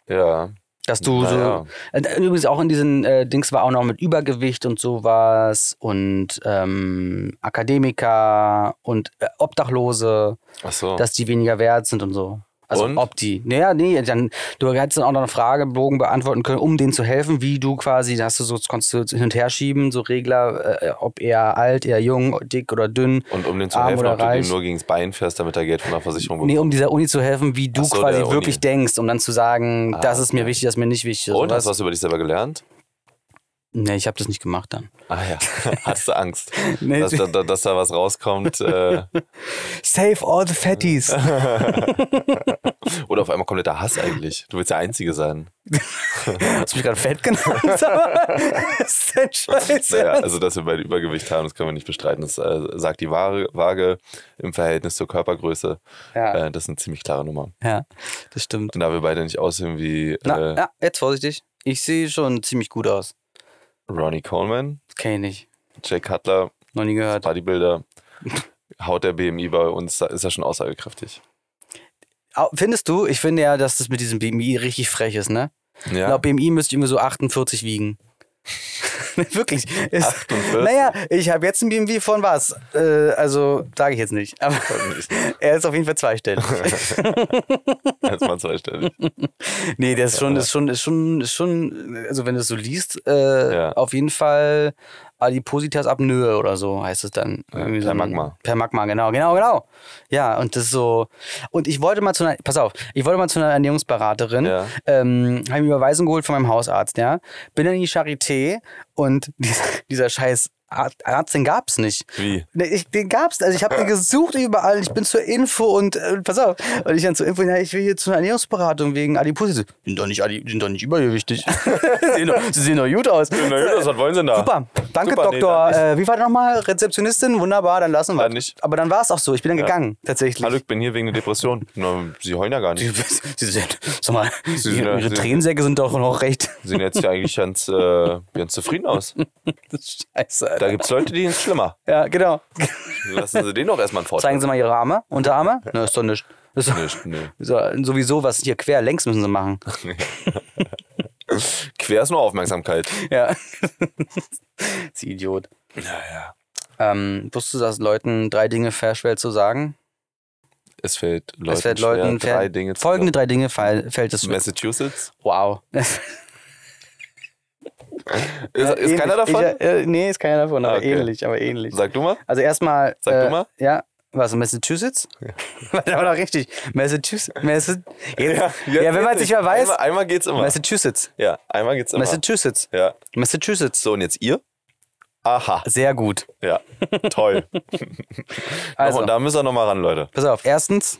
S1: Ja.
S2: Dass du
S1: Naja.
S2: so. Äh, Übrigens auch in diesen äh, Dings war auch noch mit Übergewicht und sowas und ähm, Akademiker und äh, Obdachlose
S1: Ach so.
S2: dass die weniger wert sind und so. Also
S1: Und?
S2: ob die. Naja, nee, dann, du hättest dann auch noch eine Fragebogen beantworten können, um denen zu helfen, wie du quasi, da hast du so, das konntest du hin und her schieben, so Regler, äh, ob eher alt, eher jung, dick oder dünn.
S1: und um dem zu
S2: arm
S1: helfen,
S2: oder
S1: ob du dem
S2: reich.
S1: nur gegen das Bein fährst, damit er Geld von der Versicherung bekommt.
S2: Nee, um dieser Uni zu helfen, wie du
S1: Ach so,
S2: quasi
S1: der
S2: wirklich
S1: Uni. Ah,
S2: denkst, um dann zu sagen, das ist mir wichtig, das ist mir nicht wichtig.
S1: Und hast du
S2: sowas.
S1: was über dich selber gelernt?
S2: Nee, ich habe das nicht gemacht dann.
S1: Ah ja, hast du Angst,
S2: Nee,
S1: dass,
S2: sie-
S1: da- da- dass da was rauskommt? Äh,
S2: Save all the fatties.
S1: oder auf einmal kommt der Hass eigentlich. Du willst der Einzige sein.
S2: Hast du mich gerade fett genannt? Aber ist denn scheiße.
S1: Naja, also, dass wir beide Übergewicht haben, das können wir nicht bestreiten. Das äh, sagt die Waage, Waage im Verhältnis zur Körpergröße.
S2: Ja.
S1: Äh, das ist eine ziemlich klare Nummer.
S2: ja, das stimmt.
S1: Und da wir beide nicht aussehen wie
S2: Na,
S1: äh,
S2: ja, jetzt vorsichtig. Ich sehe schon ziemlich gut aus.
S1: Ronnie Coleman,
S2: Das kenn ich nicht.
S1: Jay Cutler,
S2: Noch nie gehört.
S1: Bodybuilder, haut der BMI bei uns, da ist er schon aussagekräftig.
S2: Au- Findest du? Ich finde ja, dass das mit diesem BMI richtig frech ist, ne?
S1: Ja,
S2: Laut BMI müsste ich irgendwie so 48 wiegen. Wirklich. Ist,
S1: 48.
S2: naja, ich habe jetzt ein BMI von was? Äh, also sage ich jetzt nicht. Aber er ist auf jeden Fall zweistellig.
S1: Erstmal zweistellig.
S2: nee, der ist schon, ist schon, ist schon, ist schon, also wenn du es so liest, äh,
S1: Ja.
S2: auf jeden Fall Adipositas apnoe oder so heißt es dann. Irgendwie so
S1: per
S2: ein-
S1: Magma.
S2: Per Magma, genau, genau, genau. Ja, und das ist so. Und ich wollte mal zu einer, pass auf, ich wollte mal zu einer Ernährungsberaterin,
S1: Ja.
S2: ähm, habe mir Überweisung geholt von meinem Hausarzt, ja. Bin dann in die Charité und dieser, dieser scheiß Ar- Arzt, den gab's nicht.
S1: Wie?
S2: Nee, Ich, den gab's, also ich habe den gesucht überall. Ich bin zur Info und äh, pass auf. Und ich dann zur Info, ja, ich will hier zu einer Ernährungsberatung wegen Adipositas. Sind doch nicht, Adi, sind doch nicht übergewichtig. sehen doch, sie sehen doch gut aus.
S1: was wollen Sie da?
S2: Super,
S1: Super,
S2: danke
S1: nee,
S2: Doktor.
S1: danke.
S2: äh, wie war der nochmal? Rezeptionistin? Wunderbar, dann lassen wir
S1: Dann nicht.
S2: Aber dann war es auch so. Ich bin dann gegangen, tatsächlich.
S1: Hallo, ich bin hier wegen der Depression. Na, Sie heulen ja gar
S2: Sie,
S1: nicht.
S2: sie sind, sag mal,
S1: sind
S2: ihre,
S1: ja-
S2: ihre
S1: sie-
S2: Tränensäcke sind doch noch recht.
S1: Sie sehen jetzt ja eigentlich ganz, äh, ganz zufrieden aus.
S2: Scheiße, Alter.
S1: Da gibt es Leute, die sind schlimmer.
S2: Ja, genau.
S1: Lassen Sie denen doch erstmal einen Vortrag.
S2: Zeigen Sie mal Ihre Arme, Unterarme. Na, ist doch nicht. Ist doch,
S1: Nicht, nee.
S2: So, sowieso was hier quer längs müssen sie machen.
S1: Quer ist nur Aufmerksamkeit.
S2: Ja. Sie Idiot.
S1: Naja.
S2: Ähm, wusstest du, dass Leuten drei Dinge fair schwer zu sagen?
S1: Es fällt Leuten,
S2: es fällt Leuten
S1: schwer, drei
S2: fair-
S1: Dinge zu
S2: folgende drei Dinge fall, fällt es
S1: Massachusetts?
S2: Wow.
S1: Ist, ist
S2: Ähnlich.
S1: keiner davon?
S2: Ich, äh, nee, ist keiner davon, aber
S1: Ah, okay.
S2: ähnlich, aber ähnlich.
S1: Sag du mal.
S2: Also erstmal.
S1: Sag
S2: äh,
S1: du mal.
S2: Ja. Was, Massachusetts? das war doch richtig. Massachusetts. Massa ja, ja, wenn man
S1: geht's
S2: es nicht mehr
S1: nicht.
S2: weiß.
S1: Einmal, einmal geht's immer.
S2: Massachusetts.
S1: ja, einmal geht's immer.
S2: Massachusetts.
S1: ja.
S2: Massachusetts.
S1: So, und jetzt ihr? Aha.
S2: Sehr gut.
S1: Ja, toll.
S2: Also,
S1: und da müssen wir nochmal ran, Leute.
S2: pass auf. Erstens,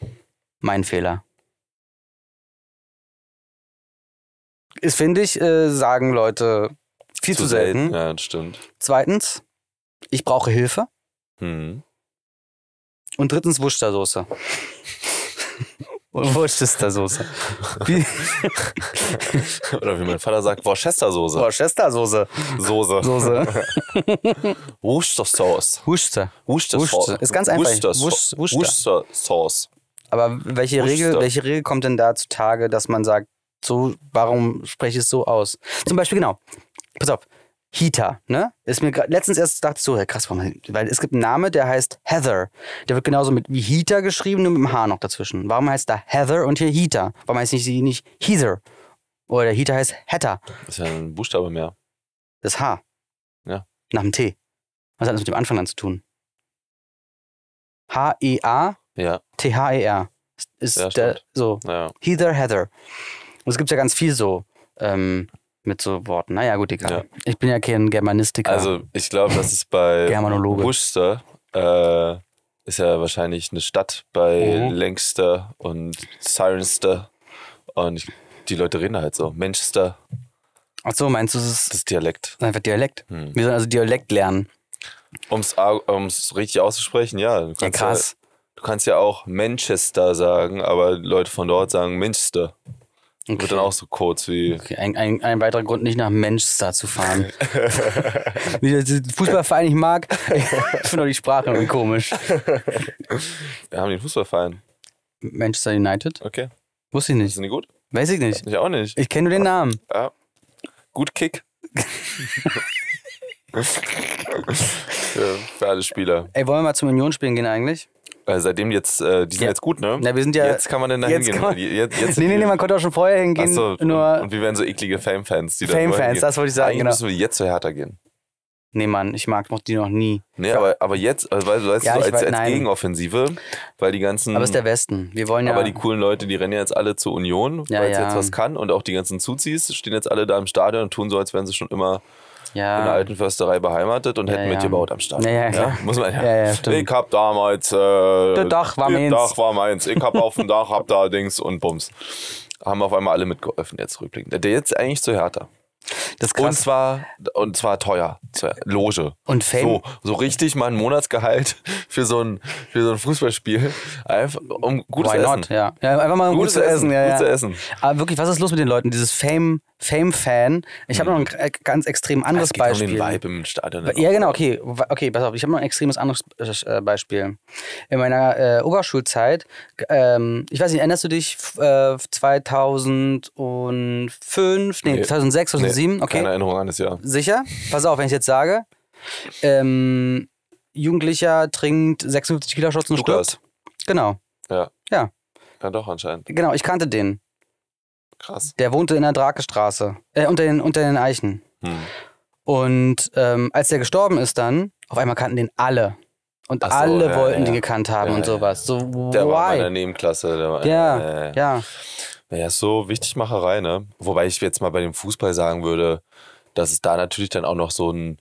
S2: mein Fehler. Ist, finde ich, äh, sagen Leute viel zu, selten.
S1: Ja, das stimmt.
S2: Zweitens, ich brauche Hilfe.
S1: Hm.
S2: Und drittens, Wustersoße. Worcestersoße. Wie-
S1: Oder wie mein Vater sagt, Worcestersoße.
S2: Worcestersoße.
S1: Soße.
S2: Soße.
S1: Worcestersoße.
S2: Worcester.
S1: Worcestersoße.
S2: Worcester. Ist ganz einfach.
S1: Worcestersoße.
S2: Worc- Worcester. Aber welche Regel,
S1: Worcester.
S2: welche Regel kommt denn da zutage, dass man sagt, so, warum spreche ich es so aus? Zum Beispiel, genau. Pass auf. Heater, ne? Ist mir grad- letztens erst dachte ich so, ja krass, warum, weil es gibt einen Name, der heißt Heather. Der wird genauso mit wie Heater geschrieben, nur mit dem H noch dazwischen. Warum heißt da Heather und hier Heater? Warum heißt nicht sie nicht Heather? Oder der Heater heißt Hatter.
S1: Ist ja ein Buchstabe mehr.
S2: Das H.
S1: Ja.
S2: Nach dem T. Was hat das mit dem Anfang dann zu tun? E H-E-A-T-H-E-R.
S1: Ja,
S2: E Ist
S1: Ja,
S2: der,
S1: stimmt.
S2: so.
S1: naja.
S2: Heather, Heather. Und es gibt ja ganz viel so ähm, mit so Worten. Naja, gut, egal.
S1: Ja.
S2: Ich bin ja kein Germanistiker.
S1: Also, ich glaube, das ist bei
S2: Germanologe.
S1: Worcester. Äh, ist ja wahrscheinlich eine Stadt bei
S2: Mhm.
S1: Lancaster und Sirenster. Und ich, die Leute reden halt so. Manchester,
S2: Ach so, meinst du, es ist
S1: das ist Dialekt.
S2: einfach Dialekt?
S1: Hm.
S2: Wir sollen also Dialekt lernen.
S1: Um es richtig auszusprechen, ja. Du
S2: Ja,
S1: kannst ja,
S2: krass.
S1: du kannst ja auch Manchester sagen, aber Leute von dort sagen Manchester.
S2: Okay.
S1: Wird dann auch so kurz wie.
S2: Okay, ein, ein, ein weiterer Grund, nicht nach Manchester zu fahren. Wie der- den Fußballverein ich mag, ich finde doch die Sprache irgendwie komisch.
S1: Wir haben den Fußballverein.
S2: Manchester United?
S1: Okay.
S2: Wusste ich nicht.
S1: Sind die gut?
S2: Weiß ich nicht.
S1: Ich auch nicht.
S2: Ich kenne nur den Namen.
S1: Ja. Gut Kick. für, für alle Spieler.
S2: Ey, wollen wir mal zum Union spielen gehen eigentlich?
S1: Äh, seitdem die jetzt, äh, die sind
S2: Ja.
S1: jetzt gut, ne?
S2: Na, wir sind ja-
S1: jetzt kann man denn da
S2: jetzt
S1: hingehen.
S2: kann man-
S1: weil die- jetzt, jetzt
S2: nee, nee, nee, man konnte auch schon vorher hingehen.
S1: Achso, und,
S2: nur.
S1: und wir wären so eklige Fame-Fans, die da
S2: Fame-Fans,
S1: nur hingehen.
S2: das wollte ich sagen,
S1: Eigentlich
S2: genau.
S1: müssen wir jetzt zu Hertha gehen.
S2: Nee, Mann, ich mag mochte die noch nie.
S1: Nee, Ne, aber, aber jetzt, also, weißt du, weißt du,
S2: Ja,
S1: so
S2: ich
S1: als,
S2: weiß-
S1: als
S2: nein.
S1: Gegenoffensive, weil die ganzen.
S2: Aber es ist der Westen. Wir wollen ja.
S1: aber die coolen Leute, die rennen ja jetzt alle zur Union,
S2: Ja,
S1: weil es
S2: ja.
S1: jetzt was kann. Und auch die ganzen Zuzis stehen jetzt alle da im Stadion und tun so, als wären sie schon immer
S2: Ja.
S1: in der alten Försterei beheimatet und hätten
S2: ja.
S1: mitgebaut am Start.
S2: Ja, ja, klar.
S1: Muss man ja.
S2: Ja, ja, stimmt.
S1: ich hab damals. Äh, das
S2: Dach war meins.
S1: Dach war meins. Ich hab auf dem Dach, hab da Dings und Bums. Haben auf einmal alle mitgeholfen, jetzt rückblickend. Der jetzt eigentlich zu Hertha.
S2: Das ist
S1: Und
S2: krass.
S1: zwar, und zwar teuer. Zur Loge.
S2: Und Fame.
S1: So, so richtig mal ein Monatsgehalt für so ein, für so ein Fußballspiel. Einfach um gutes
S2: Why
S1: Essen.
S2: not? Ja. ja, einfach mal ein gutes, Essen. Ja,
S1: gutes
S2: ja.
S1: Essen.
S2: Aber wirklich, was ist los mit den Leuten? Dieses Fame- Fame-Fan. ich habe noch ein äh, ganz extrem anderes
S1: Hm. Es geht um
S2: Beispiel.
S1: den Vibe im Stadion.
S2: Ja, genau, okay. Wa- Okay, pass auf, ich habe noch ein extremes anderes äh, Beispiel. In meiner äh, Oberschulzeit, g- ähm, ich weiß nicht, erinnerst du dich f- äh, 2005, nee,
S1: Nee.
S2: 2006, 2007, okay.
S1: Keine Erinnerung an das Jahr.
S2: Sicher? Pass auf, wenn ich jetzt sage, ähm, Jugendlicher trinkt 56 Kilo Shots und
S1: Lukas.
S2: stirbt. Genau,
S1: Ja, doch, anscheinend.
S2: genau, ich kannte den.
S1: Krass.
S2: Der wohnte in der Drakestraße, äh, unter den, unter den Eichen.
S1: Hm.
S2: Und ähm, als der gestorben ist dann, auf einmal kannten den alle. Und
S1: Ach so,
S2: alle
S1: ja,
S2: wollten
S1: ja.
S2: den gekannt haben
S1: Ja,
S2: und
S1: ja.
S2: sowas. So,
S1: Der war in meiner
S2: why?
S1: Nebenklasse. Der war,
S2: Ja,
S1: Äh,
S2: ja.
S1: Naja, ist so Wichtigmacherei, ne? Wobei ich jetzt mal bei dem Fußball sagen würde, dass es da natürlich dann auch noch so ein.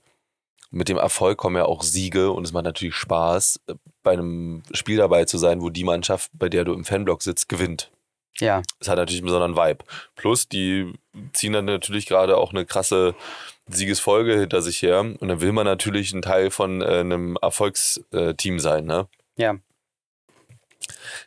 S1: Mit dem Erfolg kommen ja auch Siege und es macht natürlich Spaß, äh, bei einem Spiel dabei zu sein, wo die Mannschaft, bei der du im Fanblock sitzt, gewinnt.
S2: Ja,
S1: Es hat natürlich einen besonderen Vibe. Plus, die ziehen dann natürlich gerade auch eine krasse Siegesfolge hinter sich her. Und dann will man natürlich ein Teil von äh, einem Erfolgsteam sein, ne?
S2: ja.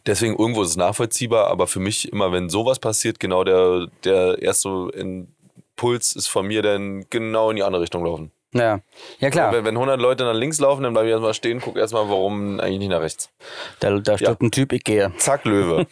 S1: Deswegen irgendwo ist es nachvollziehbar, aber für mich immer, wenn sowas passiert, genau der, der erste Impuls ist von mir dann genau in die andere Richtung laufen.
S2: Ja, ja klar.
S1: Wenn, wenn 100 Leute nach links laufen, dann bleibe ich erstmal stehen, gucke erstmal, warum eigentlich nicht nach rechts.
S2: Da, da stirbt ein Typ, ich gehe.
S1: Zack, Löwe.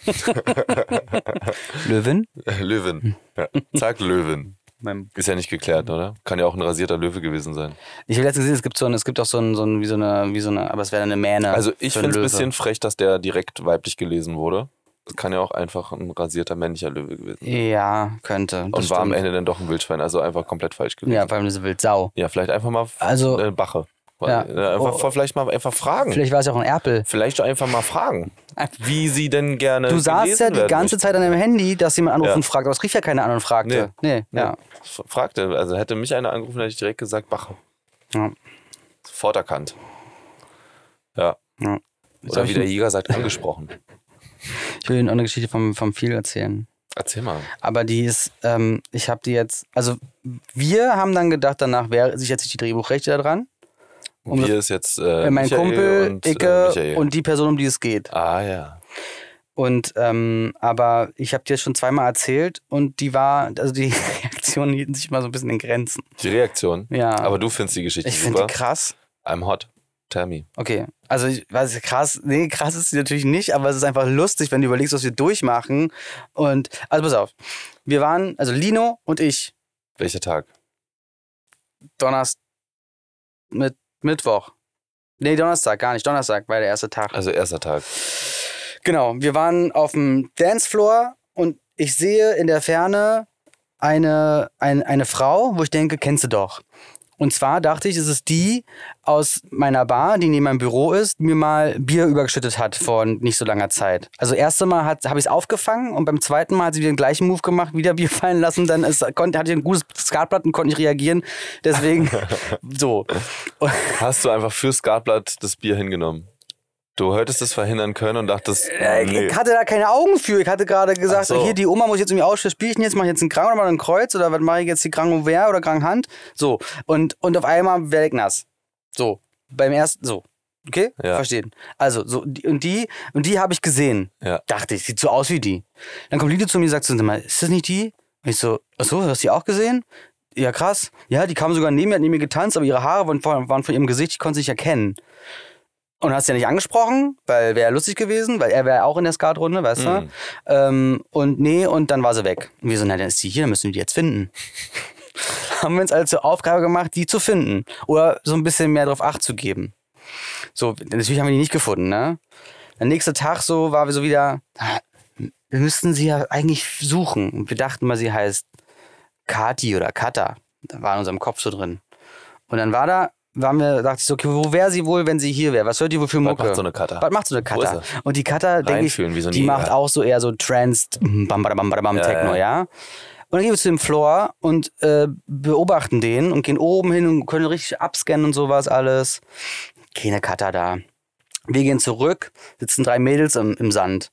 S2: Löwin?
S1: Löwin. Ja. Zack, Löwin.
S2: Mein-
S1: Ist ja nicht geklärt, oder? Kann ja auch ein rasierter Löwe gewesen sein.
S2: Ich habe letztens gesehen, es gibt, so ein, es gibt auch so ein, so ein, wie so eine, wie so eine, aber es wäre eine Mähne.
S1: Also ich
S2: für einen
S1: finde es ein
S2: Löwe.
S1: bisschen frech, dass der direkt weiblich gelesen wurde. Es kann ja auch einfach ein rasierter männlicher Löwe gewesen sein.
S2: Ja, könnte.
S1: Und
S2: das
S1: war am
S2: stimmt.
S1: Ende dann doch ein Wildschwein, also einfach komplett falsch gewesen.
S2: Ja, vor allem diese Wildsau.
S1: Ja, vielleicht einfach mal
S2: Also-
S1: also, äh, Bache.
S2: Ja.
S1: Äh, Einfach,
S2: Oh.
S1: Vielleicht mal einfach fragen. Vielleicht,
S2: Vielleicht war es ja auch ein Erpel.
S1: einfach mal fragen, wie sie denn gerne.
S2: Du saßt
S1: gelesen
S2: ja die
S1: werden
S2: ganze Zeit an deinem Handy, dass jemand anruft
S1: Ja.
S2: und fragt, aber es rief ja keiner an und fragte. Nee,
S1: möchten.
S2: ja.
S1: Nee, f- Fragte, also hätte mich einer angerufen, hätte ich direkt gesagt, Bache.
S2: Ja.
S1: Sofort erkannt. Ja.
S2: Ja. Jetzt hab
S1: Oder wie
S2: ich-
S1: der Jäger sagt, angesprochen.
S2: Ich will Ihnen auch eine Geschichte vom, vom Phil erzählen.
S1: Erzähl mal.
S2: Aber die ist, ähm, ich habe die jetzt, also wir haben dann gedacht, danach wäre sichert sich die Drehbuchrechte daran. Um
S1: Hier ist jetzt äh,
S2: Äh, mein
S1: Michael
S2: Kumpel,
S1: und, äh,
S2: Icke
S1: Michael.
S2: und die Person, um die es geht.
S1: Ah ja.
S2: Und ähm, aber ich habe die jetzt schon zweimal erzählt und die war, also die Reaktionen hielten sich immer so ein bisschen in Grenzen.
S1: Die Reaktion.
S2: Ja.
S1: Aber du findest die Geschichte
S2: ich finde
S1: super.
S2: die krass.
S1: I'm hot. Tell me.
S2: Okay, also ich weiß, krass, nee, krass ist sie natürlich nicht, aber es ist einfach lustig, wenn du überlegst, was wir durchmachen. Und, also pass auf, wir waren, also Lino und ich,
S1: Welcher Tag?
S2: Donnerstag, mit Mittwoch. Nee, Donnerstag, gar nicht. Donnerstag war der erste Tag.
S1: Also erster Tag.
S2: Genau, wir waren auf dem Dancefloor und ich sehe in der Ferne eine, ein, eine Frau, wo ich denke, kennst du doch. Und zwar dachte ich, es ist die aus meiner Bar, die neben meinem Büro ist, die mir mal Bier übergeschüttet hat vor nicht so langer Zeit. Also erste Mal habe ich es aufgefangen und beim zweiten Mal hat sie wieder den gleichen Move gemacht, wieder Bier fallen lassen. Dann ist, konnte, hatte ich ein gutes Skatblatt und konnte nicht reagieren. Deswegen so. Und,
S1: Hast du einfach fürs Skatblatt das Bier hingenommen? Du hättest es verhindern können und dachtest,
S2: Äh,
S1: nee.
S2: Ich hatte da keine Augen für. Ich hatte gerade gesagt,
S1: Ach so.
S2: hier, die Oma muss ich jetzt irgendwie ausschließen, spiele ich denn jetzt, mache ich jetzt einen Krang oder mal einen Kreuz oder was mache ich jetzt die Krang Ouvert oder Krang Hand? So. Und, und auf einmal werde ich nass. So. Beim ersten, so. Okay?
S1: Ja.
S2: Verstehen. Also, so, die- und die, und die habe ich gesehen.
S1: Ja.
S2: Dachte ich, sieht so aus wie die. Dann kommt Lido zu mir und sagt so, sag mal, ist das nicht die? Und ich so, ach so, hast du die auch gesehen? Ja, krass. Ja, die kam sogar neben mir, hat neben mir getanzt, aber ihre Haare waren von, waren von ihrem Gesicht, ich konnte sie nicht erkennen. Und hast ja nicht angesprochen, weil wäre ja lustig gewesen, weil er wäre auch in der Skatrunde, weißt du?
S1: Mm.
S2: Ähm, und nee, und dann war sie weg. Und wir so, na, dann ist sie hier, dann müssen wir die jetzt finden. Haben wir uns also zur Aufgabe gemacht, die zu finden. Oder so ein bisschen mehr darauf Acht zu geben. So, natürlich haben wir die nicht gefunden, ne? Der nächste Tag so war wir so wieder, "Ah, wir müssten sie ja eigentlich suchen. Und wir dachten mal, sie heißt Kati oder Kata. Da war in unserem Kopf so drin. Und dann war da, waren wir, dachte ich so, okay, wo wäre sie wohl, wenn sie hier wäre? Was hört die wohl für
S1: Was
S2: Mucke?
S1: macht so eine Kata?
S2: Was macht so eine
S1: Wo
S2: Kata?
S1: ist sie?
S2: Und die Kata, denke ich,
S1: Reinfühlen wie so ein
S2: die
S1: Jäger.
S2: macht auch so eher so Trans, bam, bam, bam, bam, bam, Techno, mhm, ja. Und dann gehen wir zu dem Floor und äh, beobachten den und gehen oben hin und können richtig abscannen und sowas alles. Keine Cutter da. Wir gehen zurück, sitzen drei Mädels im, im Sand.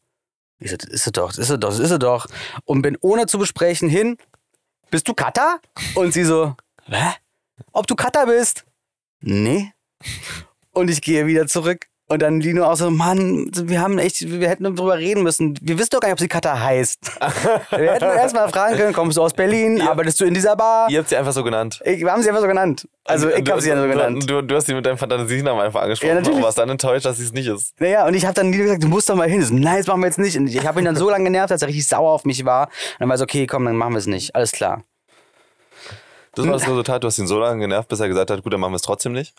S2: Ich so, das ist sie doch, das ist sie doch, das ist sie doch. Und bin ohne zu besprechen hin, bist du Cutter? Und sie so, hä? Ob du Cutter bist? Nee. Und ich gehe wieder zurück. Und dann Lino auch so, Mann, wir haben echt, wir hätten drüber reden müssen. Wir wissen doch gar nicht, ob sie Cutter heißt. wir hätten erstmal fragen können, kommst du aus Berlin? Arbeitest du in dieser Bar?
S1: Ihr habt sie einfach so genannt.
S2: Ich, wir haben sie einfach so genannt. Also ich
S1: Du-
S2: habe sie ja so
S1: du-
S2: genannt.
S1: Du, du hast sie mit deinem Fantasienamen einfach angesprochen
S2: Ja,
S1: und
S2: natürlich.
S1: warst dann enttäuscht, dass sie es nicht ist.
S2: Naja, und ich habe dann Lino gesagt, du musst doch mal hin. Ich So, Nein, das machen wir jetzt nicht. Und ich habe ihn dann so lange genervt, dass er richtig sauer auf mich war. Und dann war ich so, okay, komm, dann machen wir es nicht. Alles klar.
S1: Das war das Resultat. Du hast ihn so lange genervt, bis er gesagt hat, gut, dann machen wir es trotzdem nicht.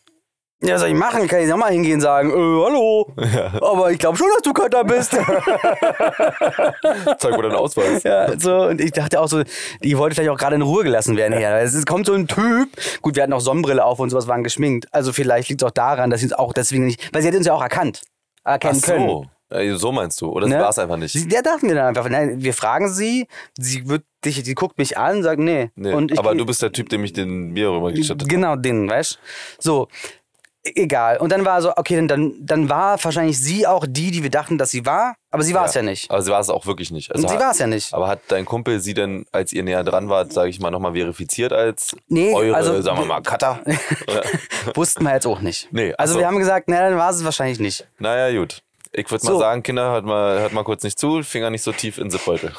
S2: Ja, was soll ich machen? Kann ich auch mal hingehen und sagen, äh, hallo. Aber ich glaube schon, dass du Cutter bist.
S1: Zeig mir deinen Ausweis.
S2: Ja, so, und ich dachte auch so, die wollte vielleicht auch gerade in Ruhe gelassen werden hier. Es ist- kommt so ein Typ. Gut, wir hatten auch Sonnenbrille auf und sowas waren geschminkt. Also vielleicht liegt es auch daran, dass sie uns auch deswegen nicht. Weil sie hätte uns ja auch erkannt.
S1: Ach
S2: Erkennen können.
S1: so. Äh, So meinst du. Oder sie
S2: Ne?
S1: war es einfach nicht.
S2: Sie, der dachten wir dann einfach, nein, wir fragen sie, sie wird dich, die guckt mich an und sagt, nee.
S1: Nee.
S2: und ich
S1: aber
S2: geh-
S1: du bist der Typ, dem ich den Bier rübergeschüttet habe.
S2: Genau, den, weißt So, e- egal. Und dann war so, okay, dann- dann, dann war wahrscheinlich sie auch die, die wir dachten, dass sie war, aber sie war es ja. nicht.
S1: Aber sie war es auch wirklich nicht. Also
S2: Und sie
S1: hat-
S2: war es ja nicht.
S1: Aber hat dein Kumpel sie denn, als ihr näher dran wart, sage ich mal, nochmal verifiziert als
S2: Nee,
S1: eure,
S2: also-
S1: sagen wir mal, Cutter? Oder-
S2: Wussten wir jetzt auch nicht.
S1: Nee,
S2: also
S1: ach so.
S2: wir haben gesagt, na, dann war es wahrscheinlich nicht.
S1: naja, gut. Ich würde mal
S2: So.
S1: sagen, Kinder, hört mal, hört mal kurz nicht zu, Finger nicht so tief in Sippbeutel.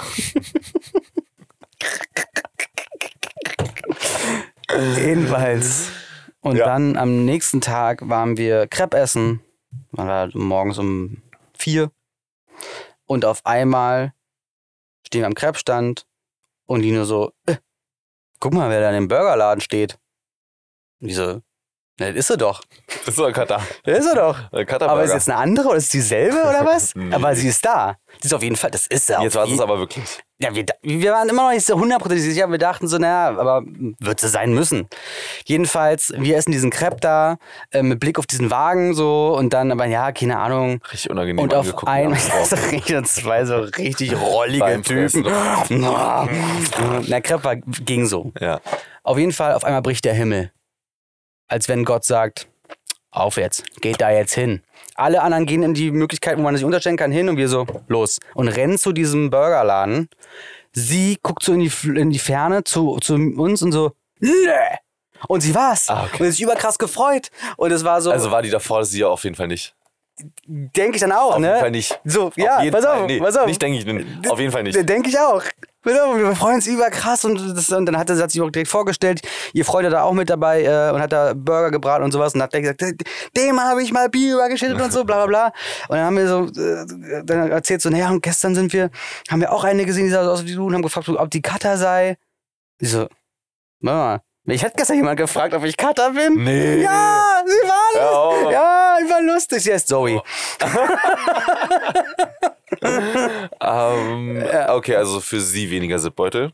S2: Jedenfalls. Und
S1: Ja.
S2: dann am nächsten Tag waren wir Crepe essen. Man war morgens um vier. Und auf einmal stehen wir am Crepe-Stand und die nur so, äh, guck mal, wer da in dem Burgerladen steht. Und die so, na, das ist sie doch.
S1: Das ist doch ein Cutter.
S2: Das ist sie doch.
S1: Ein Cutter
S2: Aber ist jetzt eine andere oder ist dieselbe oder was?
S1: Nee.
S2: Aber sie ist da. Sie ist auf jeden Fall, das ist sie. auf
S1: jetzt war
S2: je-
S1: es aber wirklich.
S2: ja, wir, da- wir waren immer noch nicht so hundertprozentig sicher. Wir dachten so, naja, aber wird sie sein müssen. Jedenfalls, wir essen diesen Crepe da äh, mit Blick auf diesen Wagen so und dann aber, ja, keine Ahnung.
S1: Richtig unangenehm
S2: Und auf
S1: angeguckt,
S2: einmal
S1: ja.
S2: so richtig- und zwei so richtig rollige
S1: Beim Fressen.
S2: Typen. Na, Crepe war, ging so.
S1: Ja.
S2: Auf jeden Fall, auf einmal bricht der Himmel. Als wenn Gott sagt, auf jetzt, geht da jetzt hin. Alle anderen gehen in die Möglichkeit, wo man sich unterstellen kann, hin und wir so, los. Und rennen zu diesem Burgerladen. Sie guckt so in die, F- in die Ferne zu, zu uns und so, nö. Und sie war's.
S1: Ah, okay.
S2: Und ist überkrass gefreut. Und es war so,
S1: Also war die davor sie ja auf jeden Fall nicht.
S2: denke ich dann auch,
S1: Auf
S2: ne?
S1: jeden Fall nicht.
S2: So, ja,
S1: auf jeden
S2: pass
S1: Fall.
S2: auf,
S1: nee,
S2: pass auf.
S1: Nicht denke ich, denn- auf jeden Fall nicht.
S2: Äh, Denke ich auch. Genau, wir freuen uns überkrass und, das, und dann hat er hat sich auch direkt vorgestellt, ihr Freund war da auch mit dabei äh, und hat da Burger gebraten und sowas und hat gleich gesagt, dem habe ich mal Bier übergeschüttet und so, bla bla bla. Und dann haben wir so, äh, dann erzählt so, naja, und gestern sind wir, haben wir auch eine gesehen, die sah so aus wie du und haben gefragt, ob die Cutter sei. Ich so, Mama, ich hätte gestern jemand gefragt, ob ich Cutter bin.
S1: Nee.
S2: Ja, sie
S1: Hör
S2: war
S1: auf.
S2: lustig. Ja, sie war lustig. Sie heißt Zoe.
S1: Ähm, okay, also für sie weniger Sippbeutel.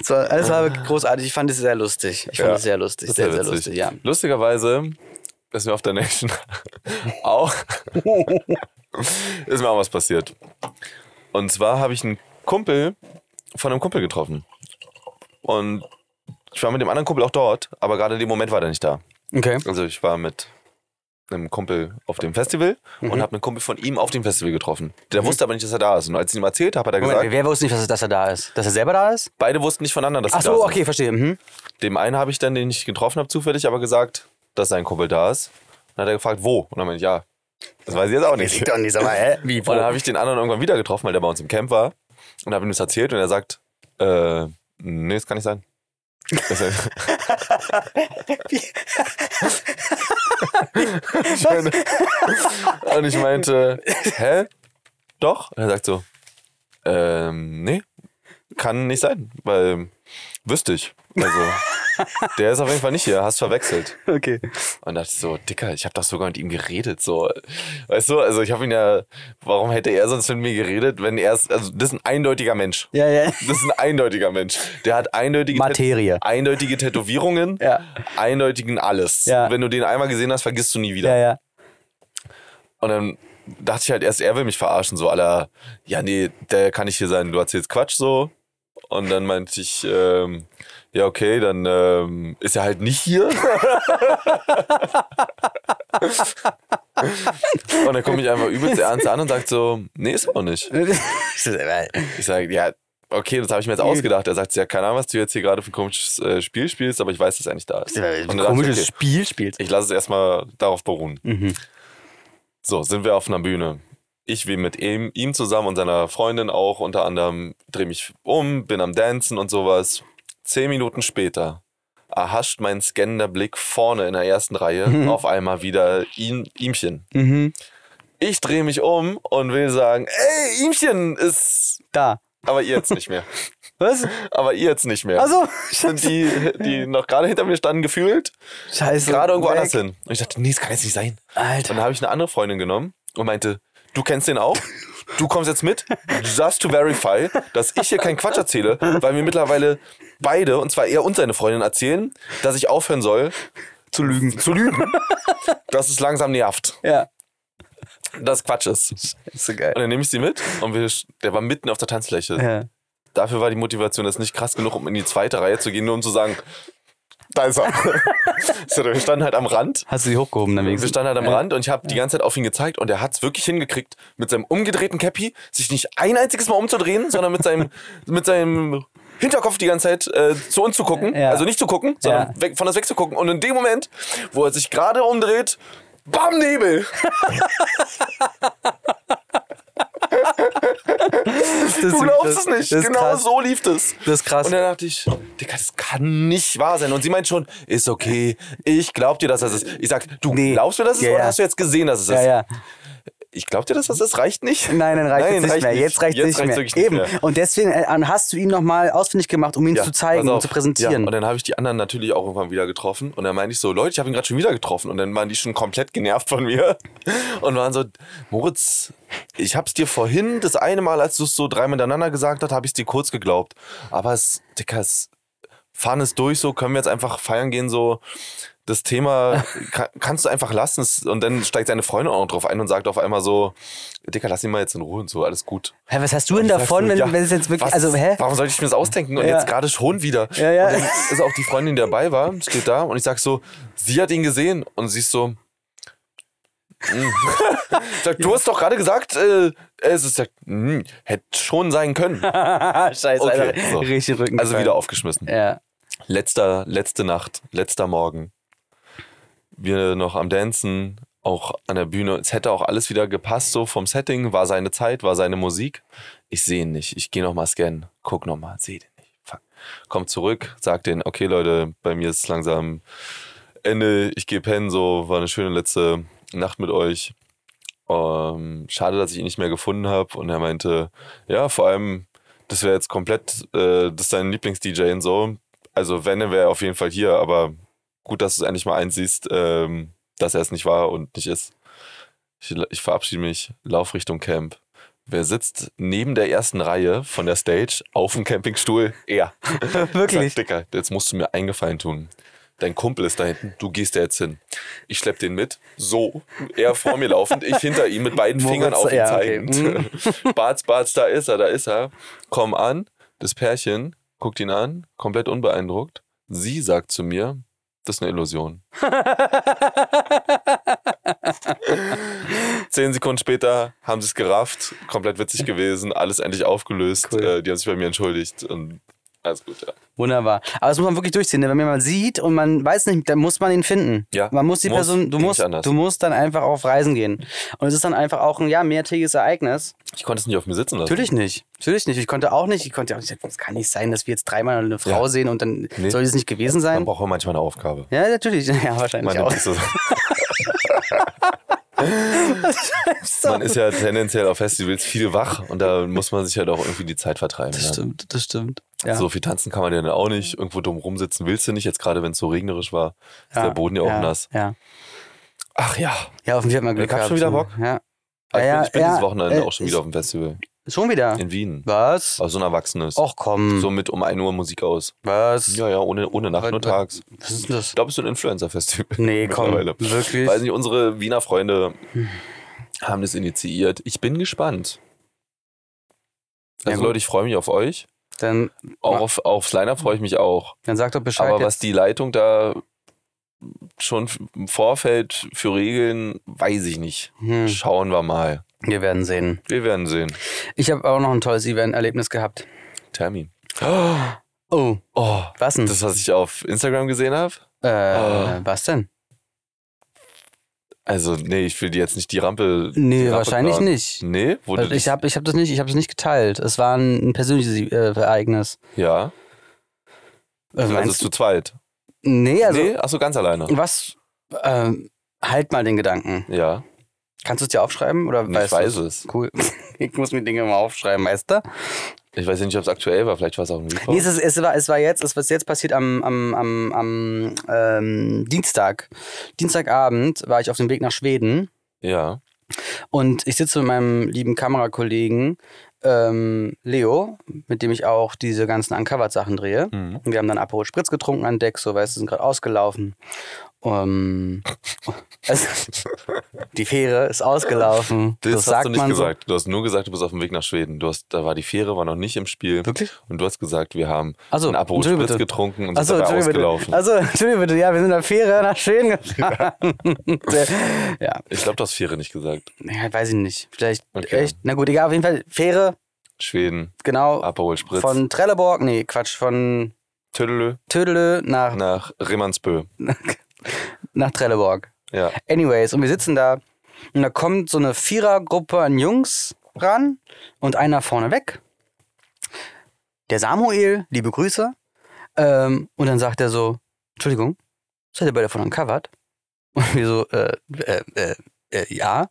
S2: Es war, es war großartig. Ich fand es sehr lustig. Ich fand
S1: Ja.
S2: es sehr lustig.
S1: Das
S2: Sehr,
S1: ist
S2: sehr
S1: witzig.
S2: lustig, ja.
S1: Lustigerweise ist mir auf der Nation auch ist mir auch was passiert. Und zwar habe ich einen Kumpel von einem Kumpel getroffen. Und ich war mit dem anderen Kumpel auch dort, aber gerade in dem Moment war der nicht da.
S2: Okay.
S1: Also ich war mit einem Kumpel auf dem Festival
S2: Mhm.
S1: und habe einen Kumpel von ihm auf dem Festival getroffen. Der wusste aber nicht, dass er da ist. Und als ich ihm erzählt habe, hat er
S2: Moment,
S1: gesagt,
S2: wer wusste nicht, dass er, dass er da ist? Dass er selber da ist?
S1: beide wussten nicht voneinander, dass
S2: Ach
S1: sie da
S2: so,
S1: sind.
S2: okay, verstehe. Mhm.
S1: Dem einen habe ich dann, den ich getroffen habe, zufällig aber gesagt, dass sein Kumpel da ist. Dann hat er gefragt, wo? Und dann meinte ich, ja, das weiß ich jetzt auch nicht.
S2: doch nicht, sag mal, hä? Wie,
S1: Und dann habe ich den anderen irgendwann wieder getroffen, weil der bei uns im Camp war. Und habe ihm das erzählt und er sagt, äh, nee, das kann nicht sein. Das ist- Ich meine- und ich meinte, hä? Doch? Und er sagt so, ähm, nee, kann nicht sein, weil wüsste ich. Also, der ist auf jeden Fall nicht hier, hast verwechselt.
S2: okay.
S1: Und dachte ich so, Dicker, ich habe doch sogar mit ihm geredet. So. Weißt du, also ich habe ihn ja, warum hätte er sonst mit mir geredet, wenn er es, also das ist ein eindeutiger Mensch.
S2: Ja, ja.
S1: Das ist ein eindeutiger Mensch. Der hat eindeutige, Tät-
S2: Materie.
S1: eindeutige Tätowierungen,
S2: Ja.
S1: eindeutigen alles.
S2: Ja.
S1: Wenn du den einmal gesehen hast, vergisst du nie wieder.
S2: Ja, ja.
S1: Und dann dachte ich halt erst, er will mich verarschen, so aller, ja, nee, der kann nicht hier sein, du erzählst Quatsch so. Und dann meinte ich, ähm, ja, okay, dann ähm, ist er halt nicht hier. und dann komme ich einfach übelst ernst an und sagt so, nee, ist er auch nicht. Ich sage, ja, okay, das habe ich mir jetzt ausgedacht. Er sagt, ja, keine Ahnung, was du jetzt hier gerade für ein komisches äh, Spiel spielst, aber ich weiß, dass er nicht da ist. Und dann
S2: ein
S1: dachte ich,
S2: komisches
S1: okay,
S2: Spiel spielt.
S1: ich lasse es erstmal darauf beruhen.
S2: Mhm.
S1: So, sind wir auf einer Bühne. Ich wie mit ihm, ihm zusammen und seiner Freundin auch unter anderem, drehe mich um, bin am Dancen und sowas. Zehn Minuten später erhascht mein scannender Blick vorne in der ersten Reihe auf einmal wieder ihn, ihmchen.
S2: Mhm.
S1: Ich drehe mich um und will sagen, ey, ihmchen ist...
S2: Da.
S1: Aber ihr jetzt nicht mehr.
S2: Was?
S1: Aber ihr jetzt nicht mehr.
S2: Also,
S1: sind die, die noch gerade hinter mir standen, gefühlt,
S2: scheiße.
S1: gerade irgendwo
S2: Also weg.
S1: anders hin. Und ich dachte, nee, das kann jetzt nicht sein. Und
S2: Alter.
S1: dann habe ich eine andere Freundin genommen und meinte, du kennst den auch? Du kommst jetzt mit, just to verify, dass ich hier keinen Quatsch erzähle, weil mir mittlerweile beide, und zwar er und seine Freundin, erzählen, dass ich aufhören soll zu lügen. Zu lügen. Das ist langsam nervt.
S2: Ja.
S1: Das Quatsch ist.
S2: Ist so geil.
S1: Und dann nehme ich sie mit und wir, der war mitten auf der Tanzfläche.
S2: Ja.
S1: Dafür war die Motivation jetzt nicht krass genug, um in die zweite Reihe zu gehen, nur um zu sagen, da ist er. so, wir standen halt am Rand.
S2: Hast du die hochgehoben dann
S1: Wir standen halt am Rand und ich habe die ganze Zeit auf ihn gezeigt und er hat es wirklich hingekriegt, mit seinem umgedrehten Cappy sich nicht ein einziges Mal umzudrehen, sondern mit seinem, mit seinem Hinterkopf die ganze Zeit äh, zu uns zu gucken.
S2: Ja.
S1: Also nicht zu gucken, sondern
S2: Ja.
S1: weg, von uns wegzugucken. Und in dem Moment, wo er sich gerade umdreht, bam, Nebel. Du glaubst es nicht.
S2: Das ist
S1: Genau
S2: krass.
S1: so lief das.
S2: Das ist krass.
S1: Und dann dachte ich, Digga, das kann nicht wahr sein. Und sie meint schon, ist okay, ich glaub dir, dass das ist. Ich sag, du
S2: Nee.
S1: glaubst mir, dass es ist
S2: Ja,
S1: oder
S2: ja.
S1: hast du jetzt gesehen, dass es
S2: Ja,
S1: ist?
S2: ja.
S1: Ich glaub dir, dass das ist, reicht nicht.
S2: Nein, dann reicht
S1: Nein,
S2: es nicht
S1: reicht
S2: mehr.
S1: nicht.
S2: Jetzt reicht
S1: Jetzt
S2: es nicht
S1: reicht's
S2: mehr.
S1: wirklich nicht
S2: Eben.
S1: mehr.
S2: Und deswegen äh, hast du ihn nochmal ausfindig gemacht, um ihn
S1: Ja,
S2: zu zeigen
S1: pass
S2: und
S1: auf.
S2: zu präsentieren.
S1: Ja, und dann habe ich die anderen natürlich auch irgendwann wieder getroffen. Und dann meinte ich so, Leute, ich habe ihn gerade schon wieder getroffen. Und dann waren die schon komplett genervt von mir. Und waren so, Moritz, ich habe es dir vorhin, das eine Mal, als du es so dreimal miteinander gesagt hast, habe ich es dir kurz geglaubt. Aber es, Dicker, es, fahren es durch, so können wir jetzt einfach feiern gehen, so. Das Thema ka- kannst du einfach lassen. Es- Und dann steigt seine Freundin auch noch drauf ein und sagt auf einmal so: Dicker, lass ihn mal jetzt in Ruhe und so, alles gut.
S2: hä, was hast du denn
S1: Ich sag
S2: davon,
S1: so,
S2: wenn,
S1: ja,
S2: wenn es jetzt wirklich.
S1: was-
S2: Also, hä?
S1: Warum sollte ich mir das ausdenken? Und
S2: Ja.
S1: jetzt gerade schon wieder.
S2: Ja, ja.
S1: Und dann ist auch die Freundin, die dabei war, steht da und ich sag so, sie hat ihn gesehen und sie ist so. "Mm." Ich sag, du hast doch gerade gesagt, äh, es ist ja, mm, hätte schon sein können.
S2: Scheiße,
S1: Okay,
S2: Alter.
S1: so.
S2: Richtig den Rücken.
S1: Also
S2: gefallen.
S1: wieder aufgeschmissen.
S2: Ja.
S1: Letzter, letzte Nacht, letzter Morgen. Wir noch am Dancen, auch an der Bühne. Es hätte auch alles wieder gepasst, so vom Setting. War seine Zeit, war seine Musik. Ich sehe ihn nicht. Ich gehe nochmal scannen, guck nochmal, sehe den nicht. Fuck. Kommt zurück, sagt denen, okay Leute, bei mir ist langsam Ende. Ich gehe pennen, so war eine schöne letzte Nacht mit euch. Ähm, schade, dass ich ihn nicht mehr gefunden habe. Und er meinte, ja, vor allem, das wäre jetzt komplett, äh, das ist dein Lieblings-DJ und so. Also, wenn, dann wäre er auf jeden Fall hier, aber gut, dass du es endlich mal einsiehst, ähm, dass er es nicht war und nicht ist. Ich, ich verabschiede mich, lauf Richtung Camp. Wer sitzt neben der ersten Reihe von der Stage auf dem Campingstuhl? Er.
S2: Wirklich?
S1: Sag, Dicker, jetzt musst du mir eingefallen tun. Dein Kumpel ist da hinten, du gehst da jetzt hin. Ich schlepp den mit, so, er vor mir laufend, ich hinter ihm mit beiden
S2: Moritz,
S1: Fingern auf ihn
S2: ja, okay. Mhm.
S1: zeigend. Barz, Barz, da ist er, da ist er. Komm an, das Pärchen guckt ihn an, komplett unbeeindruckt. Sie sagt zu mir, das ist eine Illusion. Zehn Sekunden später haben sie es gerafft, komplett witzig gewesen, alles endlich aufgelöst.
S2: Cool.
S1: Äh, die haben sich bei mir entschuldigt und alles gut, ja.
S2: Wunderbar. Aber das muss man wirklich durchziehen. Ne? Wenn man jemanden sieht und man weiß nicht, dann muss man ihn finden.
S1: Ja.
S2: Man muss die
S1: Muss.
S2: Person, du
S1: Geht
S2: musst,
S1: nicht anders.
S2: du musst dann einfach auf Reisen gehen. Und es ist dann einfach auch ein ja, mehrtägiges Ereignis.
S1: Ich konnte es nicht auf mir sitzen lassen.
S2: Natürlich nicht. Natürlich nicht. Ich konnte auch nicht. Ich konnte auch nicht. Es kann nicht sein, dass wir jetzt dreimal eine Frau
S1: Ja.
S2: sehen und dann
S1: Nee.
S2: soll es nicht gewesen sein.
S1: Man braucht auch manchmal eine Aufgabe.
S2: Ja, natürlich. Ja, wahrscheinlich
S1: Man
S2: auch.
S1: ist, so, man ist ja tendenziell auf Festivals viel wach und da muss man sich halt auch irgendwie die Zeit vertreiben.
S2: Das
S1: ja.
S2: stimmt, das stimmt. Ja.
S1: So viel tanzen kann man ja dann auch nicht. Irgendwo drum rumsitzen willst du nicht. Jetzt gerade, wenn es so regnerisch war, ist
S2: ja.
S1: der Boden ja auch
S2: ja.
S1: nass.
S2: Ja.
S1: Ach ja.
S2: ja, auf mich hat man Glück
S1: Ich hab schon wieder
S2: gehabt. Ja.
S1: Also, Ich
S2: Ja,
S1: bin, ich bin
S2: ja,
S1: dieses Wochenende
S2: äh,
S1: auch schon
S2: ich-
S1: wieder auf dem Festival
S2: Schon wieder.
S1: in Wien.
S2: Was?
S1: Aber so ein Erwachsenes.
S2: Och hm. komm.
S1: So mit um 1 Uhr Musik aus.
S2: Was?
S1: Ja, ja, ohne, ohne Nacht,
S2: Was-
S1: nur
S2: was-
S1: tags.
S2: Was ist denn das?
S1: Ich glaube, es ist so ein Influencer-Festival.
S2: Nee, komm.
S1: mittlerweile.
S2: Wirklich?
S1: Weiß nicht, unsere Wiener Freunde haben das initiiert. Ich bin gespannt.
S2: Ja,
S1: Also
S2: gut.
S1: Leute, ich freue mich auf euch.
S2: Dann,
S1: Auch
S2: Ja.
S1: auf, auf Liner freue ich mich auch.
S2: dann sag doch Bescheid.
S1: Aber
S2: jetzt.
S1: was die Leitung da schon f- im Vorfeld für Regeln, weiß ich nicht.
S2: Hm,
S1: Schauen wir mal.
S2: wir werden sehen.
S1: Wir werden sehen.
S2: Ich habe auch noch ein tolles Event-Erlebnis gehabt.
S1: Termin.
S2: Oh,
S1: Oh,
S2: was denn?
S1: das, was ich auf Instagram gesehen habe.
S2: äh,
S1: Ah.
S2: Was denn?
S1: Also, nee, ich will dir jetzt nicht die Rampe. die
S2: Nee,
S1: Rampe
S2: wahrscheinlich
S1: klauen.
S2: nicht.
S1: Nee, wurde
S2: Also ich habe ich hab das, nicht- ich hab das nicht geteilt. Es war ein, ein persönliches äh, Ereignis.
S1: Ja.
S2: Äh,
S1: Also
S2: also meinst
S1: zu zweit.
S2: du? Nee, also
S1: nee, achso, ganz alleine.
S2: was? ähm, halt mal den Gedanken.
S1: Ja.
S2: Kannst du es dir aufschreiben? Oder
S1: Ich
S2: weißt
S1: weiß
S2: du's?
S1: es.
S2: Cool. Ich muss mir Dinge immer aufschreiben, weißt du?
S1: Ich weiß ja nicht, ob es aktuell war. Vielleicht war es auch ein Repo.
S2: Nee, es, ist, es, war, es war jetzt, es was jetzt passiert am, am, am, am ähm, Dienstag. Dienstagabend war ich auf dem Weg nach Schweden
S1: ja.
S2: und ich sitze mit meinem lieben Kamerakollegen ähm, Leo, mit dem ich auch diese ganzen Uncovered-Sachen drehe.
S1: Mhm.
S2: Und Wir haben dann Aperol Spritz getrunken an Deck, so weißt du, sind gerade ausgelaufen. Ähm, also, die Fähre ist ausgelaufen.
S1: Das, hast
S2: sagt
S1: du nicht
S2: man
S1: gesagt. Du hast nur gesagt, du bist auf dem Weg nach Schweden. Du hast, da war die Fähre, war noch nicht im Spiel.
S2: Wirklich?
S1: Und du hast gesagt, wir haben
S2: So. Also,
S1: einen Aperol
S2: Entschuldigung
S1: Spritz
S2: bitte.
S1: getrunken und sind
S2: Achso,
S1: dabei
S2: Entschuldigung
S1: ausgelaufen.
S2: bitte. Also, Entschuldigung bitte. Ja, wir sind in der Fähre nach Schweden gefahren. ja,
S1: Ich glaube, du hast Fähre nicht gesagt.
S2: ja, weiß ich nicht. Vielleicht
S1: Okay.
S2: echt. Na gut, egal, auf jeden Fall Fähre,
S1: Schweden,
S2: genau.
S1: Aperol Spritz,
S2: Von Trelleborg, nee, Quatsch, von
S1: Tödelö
S2: Tödelö nach,
S1: nach Remansbö.
S2: nach Trelleborg.
S1: Ja.
S2: Anyways, und wir sitzen da und da kommt so eine Vierergruppe an Jungs ran und einer vorne weg. Der Samuel, liebe Grüße. Ähm, und dann sagt er so, Entschuldigung, seid ihr beide von uncovered? Und wir so, äh, äh, äh, äh ja.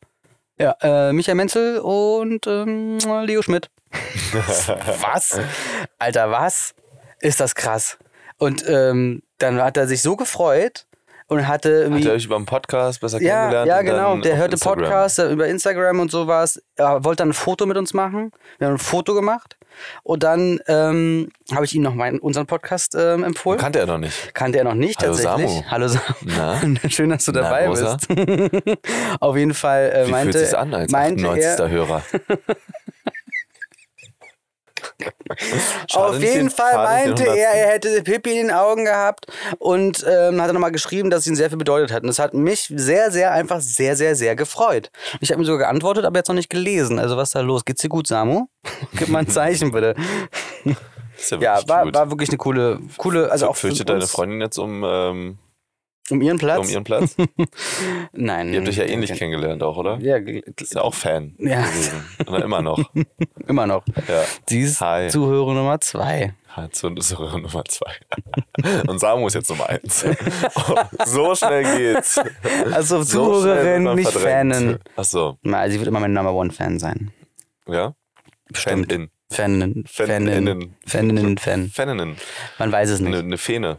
S2: Ja, äh, Michael Menzel und ähm, Leo Schmidt. was? Alter, was? Ist das krass. Und ähm, dann hat er sich so gefreut und hatte irgendwie...
S1: Hat er euch über einen Podcast besser
S2: Ja,
S1: kennengelernt?
S2: ja
S1: und
S2: genau.
S1: dann
S2: Der
S1: auf
S2: hörte
S1: Instagram.
S2: Podcasts äh, über Instagram und sowas. Er wollte dann ein Foto mit uns machen. Wir haben ein Foto gemacht. Und dann ähm, habe ich ihm noch meinen, unseren Podcast ähm, empfohlen.
S1: Kannte er noch nicht.
S2: Kannte er noch nicht
S1: Hallo,
S2: tatsächlich.
S1: Samu.
S2: Hallo Sam.
S1: Na?
S2: Schön, dass du
S1: Na,
S2: dabei
S1: Rosa?
S2: bist. Auf jeden Fall äh,
S1: Wie
S2: meinte,
S1: fühlt sich's an als
S2: meinte
S1: 98.
S2: er,
S1: Hörer? Schade,
S2: auf
S1: dass ich
S2: jeden
S1: den-
S2: Fall
S1: schade, dass ich den
S2: meinte er,
S1: 100.
S2: er hätte Pippi in den Augen gehabt und ähm, hat dann nochmal geschrieben, dass es ihn sehr viel bedeutet hat. Und das hat mich sehr, sehr, einfach sehr, sehr, sehr gefreut. Ich habe ihm sogar geantwortet, aber jetzt noch nicht gelesen. Also was ist da los? Geht's dir gut, Samu? Gib mal ein Zeichen, bitte.
S1: Ist ja,
S2: Ja,
S1: wirklich
S2: war,
S1: gut.
S2: war wirklich eine coole, coole, also auch für
S1: Fürchtet deine
S2: uns,
S1: Freundin jetzt um, ähm,
S2: um ihren Platz.
S1: um ihren Platz?
S2: Nein.
S1: Ihr habt euch ja ähnlich
S2: Ja,
S1: kennengelernt auch, oder?
S2: Ja, gl-
S1: Ist ja auch Fan
S2: Ja.
S1: gewesen. Oder immer noch.
S2: immer noch.
S1: Ja.
S2: Sie ist
S1: Hi.
S2: Zuhörer Nummer zwei.
S1: Zu unsere Nummer zwei. Und Samu ist jetzt Nummer eins. so schnell geht's.
S2: Also
S1: So schnell wird
S2: Zuhörerin,
S1: man
S2: nicht
S1: verdrängt.
S2: Fanen.
S1: Ach so,
S2: Na, sie wird immer mein Number One Fan sein.
S1: ja?
S2: Bestimmt.
S1: Fanin.
S2: Fanin. Fanin.
S1: Faninnen.
S2: Faninnen, Fan.
S1: Faninnen.
S2: Man weiß es nicht.
S1: Eine ne Fähne.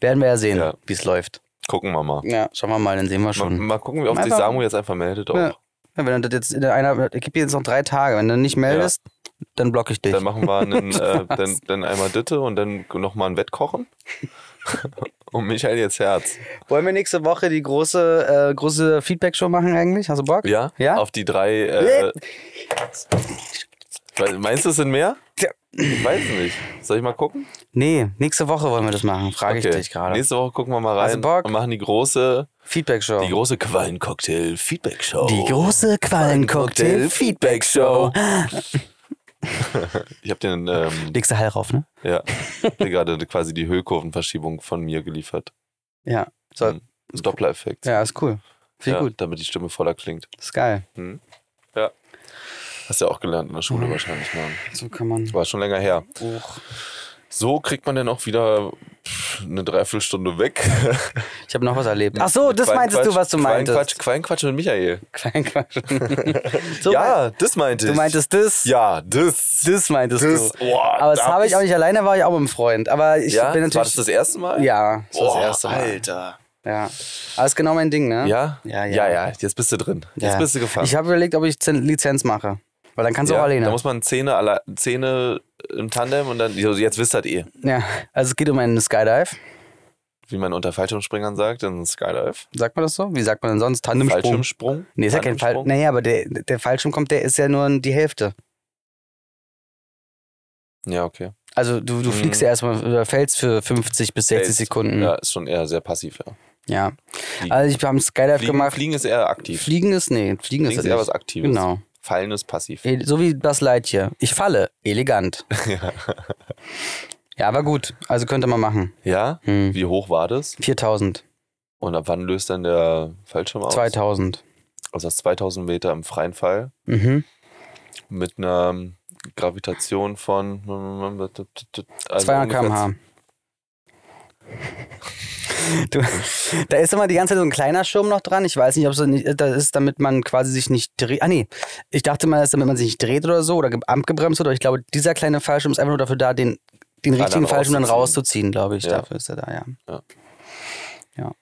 S2: Werden wir ja sehen,
S1: Ja.
S2: wie es läuft.
S1: Gucken wir mal.
S2: Ja, schauen wir mal, dann sehen wir
S1: Mal,
S2: schon.
S1: mal gucken, wie oft sich
S2: Einfach-
S1: Samu jetzt einfach meldet. Auch.
S2: Ja. Ja, wenn du das jetzt in einer, ich gebe dir jetzt noch drei Tage. Wenn du nicht meldest, dann blocke ich dich.
S1: Dann machen wir einen, äh, dann, dann einmal Ditte und dann nochmal ein Wettkochen. und Michael jetzt Herz.
S2: Wollen wir nächste Woche die große, äh, große Feedback-Show machen eigentlich? Hast du Bock?
S1: Ja?
S2: Ja?
S1: Auf die drei. Äh, we- meinst du, es sind mehr?
S2: Tja.
S1: Ich weiß es nicht. Soll ich mal gucken?
S2: Nee, nächste Woche wollen wir das machen, frage ich dich gerade.
S1: Nächste Woche gucken wir mal
S2: Hast
S1: rein
S2: du Bock?
S1: und machen die große,
S2: Feedback-Show.
S1: die Oh. große Quallen-Cocktail-Feedback-Show.
S2: Die große Quallen-Cocktail-Feedback-Show.
S1: Ich habe den, ähm,
S2: Legst du Hall rauf, ne?
S1: ja, hab dir gerade quasi die Höhlkurvenverschiebung von mir geliefert.
S2: Ja. So,
S1: Mhm. Das Doppler-Effekt.
S2: ja, ist cool. Viel
S1: Ja,
S2: gut.
S1: Damit die Stimme voller klingt.
S2: Ist geil.
S1: Hast du ja auch gelernt in der
S2: Mhm.
S1: Schule wahrscheinlich, Mann.
S2: So kann man
S1: War schon länger her.
S2: auch.
S1: So kriegt man denn auch wieder pff, eine Dreiviertelstunde weg.
S2: Ich habe noch was erlebt. Ach so, das meintest du, was du
S1: Quatsch,
S2: meintest.
S1: Quatsch mit Michael.
S2: Quatsch. so, meinst-
S1: ja, das meinte ich.
S2: Du meintest das?
S1: Ja, das.
S2: Das meintest
S1: Das-
S2: du.
S1: boah,
S2: Aber das
S1: Oh, da
S2: habe
S1: hab
S2: ich auch nicht alleine, war ich auch mit einem Freund. Aber ich
S1: ja?
S2: bin
S1: War das
S2: natürlich.
S1: das erste Mal?
S2: ja, das war
S1: Boah,
S2: das erste Mal.
S1: Alter.
S2: Ja. Aber ist genau mein Ding, ne?
S1: Ja?
S2: Ja, ja.
S1: ja, Jetzt bist du drin. Jetzt
S2: Ja.
S1: bist du gefangen.
S2: Ich habe überlegt, ob ich Zen- Lizenz mache. Weil dann kannst du
S1: ja,
S2: auch alleine.
S1: Da muss man Zähne, alle, Zähne im Tandem und dann, also jetzt wisst ihr eh.
S2: ja, also es geht um einen Skydive.
S1: wie man unter Fallschirmspringern sagt, in Skydive.
S2: Sagt man das so? Wie sagt man denn sonst? Tandemsprung?
S1: Fallschirmsprung?
S2: Nee, ist ja kein Fall.
S1: Fallschirmsprung?
S2: Naja, aber der, der Fallschirm kommt, der ist ja nur die Hälfte.
S1: Ja, okay.
S2: Also du, du
S1: Mhm.
S2: fliegst ja erstmal oder fällst für 50 bis 60
S1: Fällst.
S2: Sekunden.
S1: Ja,
S2: Ja.
S1: ist schon eher sehr passiv, ja. Fliegen.
S2: Also ich habe Skydive
S1: Fliegen,
S2: gemacht.
S1: Fliegen ist eher aktiv.
S2: Fliegen ist, nee, Fliegen
S1: Fliegen
S2: ist
S1: ist
S2: ja
S1: eher
S2: nicht.
S1: was Aktives.
S2: Genau.
S1: Fallen ist passiv.
S2: E- So wie das Leid hier. Ich falle. Elegant. ja, aber gut. Also könnte man machen.
S1: Ja?
S2: Hm.
S1: Wie hoch war das?
S2: 4000,
S1: Und ab wann löst dann der Fallschirm aus?
S2: 2000.
S1: Also das 2000 Meter im freien Fall
S2: Mhm.
S1: mit einer Gravitation von also ungefähr
S2: 200 km/h. Du, da ist immer die ganze Zeit so ein kleiner Schirm noch dran. Ich weiß nicht, ob es so nicht, das ist, damit man quasi sich nicht dreht. Ah, nee. Ich dachte mal, das ist, damit man sich nicht dreht oder so oder ge- abgebremst wird. Aber ich glaube, dieser kleine Fallschirm ist einfach nur dafür da, den, den
S1: Ah, dann
S2: richtigen Fallschirm dann
S1: rauszuziehen.
S2: rauszuziehen, glaube ich.
S1: Ja.
S2: Dafür ist er da, ja.
S1: Ja.
S2: Ja.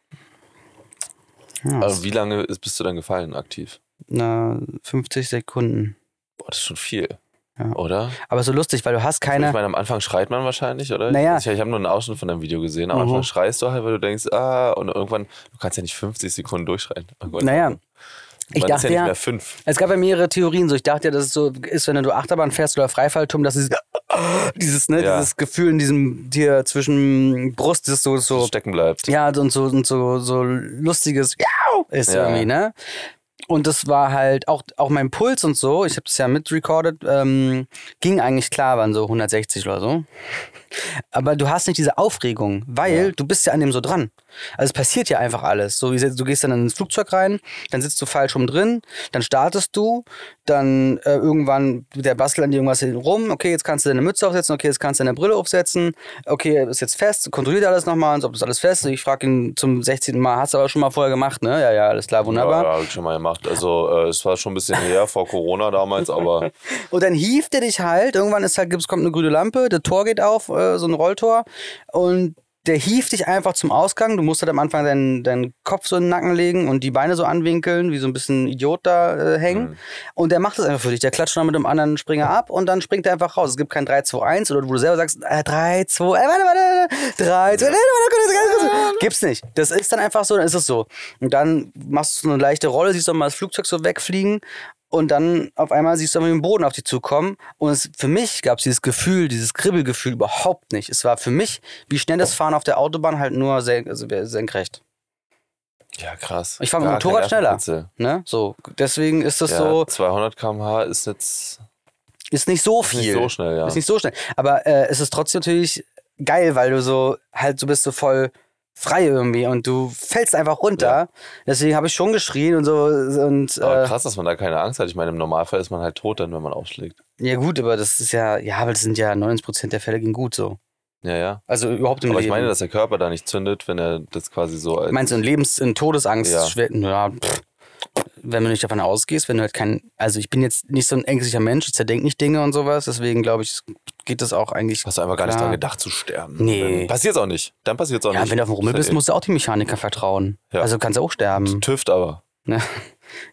S2: Ja,
S1: Also wie lange ist- bist du dann gefallen aktiv?
S2: na, 50 Sekunden.
S1: Boah, das ist schon viel.
S2: Ja.
S1: Oder?
S2: Aber so lustig, weil du hast keine.
S1: Ich meine, am Anfang schreit man wahrscheinlich, oder? Also,
S2: Naja.
S1: Ich, ich habe nur einen Ausschnitt von deinem Video gesehen. Am
S2: Mhm.
S1: Anfang schreist du halt, weil du denkst, ah, und irgendwann, du kannst ja nicht 50 Sekunden durchschreien. Oh Gott.
S2: Naja, ich
S1: Man
S2: dachte
S1: ist ja nicht
S2: ja,
S1: mehr fünf.
S2: es gab ja mehrere Theorien. So, ich dachte ja, dass es so ist, wenn du Achterbahn fährst oder Freifallturm, dass dieses, dieses, ne,
S1: Ja.
S2: dieses Gefühl in diesem dir zwischen Brust ist so, so
S1: Stecken bleibt.
S2: ja und so und so so lustiges Miau ist
S1: Ja.
S2: irgendwie ne. Und das war halt auch, auch mein Puls und so, ich habe das ja mitrecorded, ähm, ging eigentlich klar, waren so 160 oder so. Aber du hast nicht diese Aufregung, weil du bist ja an dem so dran. Also es passiert ja einfach alles. So, wie jetzt- du gehst dann ins Flugzeug rein, dann sitzt du falsch rum drin, dann startest du, dann äh, irgendwann der Bastel an dir irgendwas hinten rum, okay, jetzt kannst du deine Mütze aufsetzen, okay, jetzt kannst du deine Brille aufsetzen, okay, ist jetzt fest, kontrolliert alles nochmal, ob das alles fest ist. Ich frage ihn zum 16. Mal, hast du aber schon mal vorher gemacht, ne? Ja, ja, alles klar, wunderbar.
S1: Ja, habe ich schon mal gemacht. Also, äh, es war schon ein bisschen her, vor Corona damals, aber
S2: Und dann hieft er dich halt. Irgendwann ist halt, gibt's, kommt eine grüne Lampe, das Tor geht auf, äh, so ein Rolltor. Und der hieft dich einfach zum Ausgang. Du musst halt am Anfang deinen, deinen Kopf so in den Nacken legen und die Beine so anwinkeln, wie so ein bisschen Idiot da äh, hängen. Und der macht das einfach für dich. Der klatscht dann mit dem anderen Springer ab und dann springt er einfach raus. Es gibt kein 3, 2, 1 oder wo du selber sagst, äh, 3, 2, äh, warte, warte, warte, 3, 2, warte, warte, warte, warte. Gibt's nicht. Das ist dann einfach so, dann ist es so. Und dann machst du so eine leichte Rolle, siehst doch mal das Flugzeug so wegfliegen und dann auf einmal siehst du irgendwie den Boden auf dich zukommen. Und es, für mich gab es dieses Gefühl, dieses Kribbelgefühl überhaupt nicht. Es war für mich wie schnelles Fahren auf der Autobahn halt nur sen also senkrecht.
S1: ja, krass.
S2: Ich fahr mit
S1: Gar
S2: dem Motorrad
S1: kein
S2: schneller.
S1: Nervenkitzel.
S2: Ne? So, deswegen ist das
S1: Ja,
S2: so,
S1: 200 km/h ist jetzt
S2: ist nicht so viel.
S1: nicht so schnell, ja.
S2: Ist nicht so schnell. Aber äh, es ist trotzdem natürlich geil, weil du so halt, du bist so voll frei irgendwie und du fällst einfach runter. Deswegen habe ich schon geschrien und so. Und,
S1: aber
S2: äh,
S1: Oh, krass, dass man da keine Angst hat. Ich meine, im Normalfall ist man halt tot dann, wenn man aufschlägt.
S2: ja, gut, aber das ist ja, ja, aber das sind ja 90% der Fälle ging gut so.
S1: Ja, ja.
S2: Also überhaupt im
S1: Aber
S2: Leben.
S1: ich meine, dass der Körper da nicht zündet, wenn er das quasi so als.
S2: Meinst du in Lebens-, in Todesangst?
S1: Ja.
S2: schwer- Ja. pff. Wenn du nicht davon ausgehst, wenn du halt kein, also ich bin jetzt nicht so ein ängstlicher Mensch, ich zerdenke nicht Dinge und sowas, deswegen glaube ich, geht das auch eigentlich.
S1: Hast du einfach gar nicht
S2: klar.
S1: daran gedacht zu sterben.
S2: Nee.
S1: Dann passiert's auch nicht. Dann passiert's auch
S2: Ja,
S1: nicht.
S2: wenn du auf dem Rummel
S1: Ist
S2: bist,
S1: ja
S2: musst du auch die Mechaniker vertrauen.
S1: Ja.
S2: Also kannst du auch
S1: eh-
S2: sterben.
S1: Tüft aber.
S2: Ne?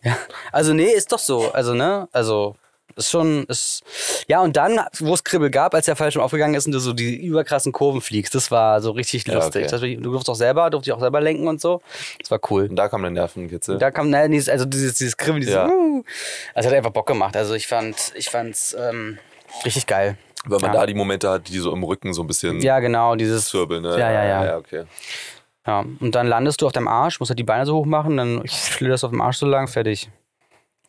S2: Ja. Also, nee, ist doch so. Also, ne? Also, ist schon. Ist ja, und dann, wo es Kribbel gab, als der Fallschirm aufgegangen ist und du so die überkrassen Kurven fliegst, das war so richtig
S1: Ja,
S2: lustig.
S1: okay.
S2: Das war- du durfst auch selber, durfte ich auch selber lenken und so. Das war cool.
S1: Und da kam der Nervenkitzel.
S2: Da kam, naja, dieses, also dieses, dieses Kribbel, dieses.
S1: Ja.
S2: Uh, also, hat einfach Bock gemacht. Also, ich fand ich fand's ähm, richtig geil.
S1: weil man
S2: ja.
S1: da die Momente hat, die so im Rücken so ein bisschen
S2: Ja, genau, dieses.
S1: zirbeln. Ne?
S2: Ja, ja, ja.
S1: ja okay.
S2: Ja, und dann landest du auf deinem Arsch, musst halt die Beine so hoch machen, dann flitterst du auf dem Arsch so lang, fertig.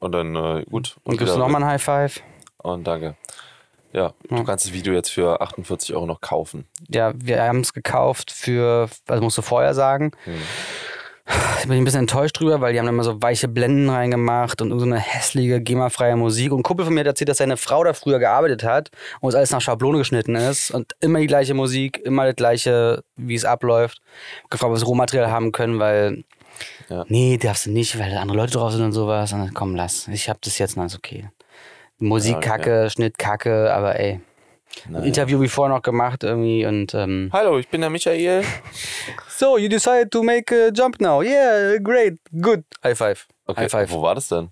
S1: Und dann, äh, gut.
S2: Und gibst du
S1: wieder-
S2: nochmal ein High Five.
S1: Und danke. Ja, du kannst das Video jetzt für 48 Euro noch kaufen.
S2: Ja, wir haben es gekauft für, also musst du vorher sagen. Ich bin ich ein bisschen enttäuscht drüber, weil die haben da immer so weiche Blenden reingemacht und so eine hässliche, GEMA-freie Musik. Und ein Kumpel von mir hat erzählt, dass seine Frau da früher gearbeitet hat und es alles nach Schablone geschnitten ist und immer die gleiche Musik, immer das gleiche, wie es abläuft. Gefragt, ob wir das Rohmaterial haben können, weil
S1: Ja.
S2: nee, darfst du nicht, weil da andere Leute drauf sind und sowas. Und dann, komm, lass. Ich hab das jetzt, na, ist okay. Musik
S1: Ja, okay.
S2: kacke, Schnitt kacke, aber ey.
S1: Naja.
S2: Interview wie vorher noch gemacht irgendwie und ähm,
S1: Hallo, ich bin der Michael.
S2: So, you decide to make a jump now. Yeah, great, good. High five.
S1: Okay,
S2: High five.
S1: wo war das denn?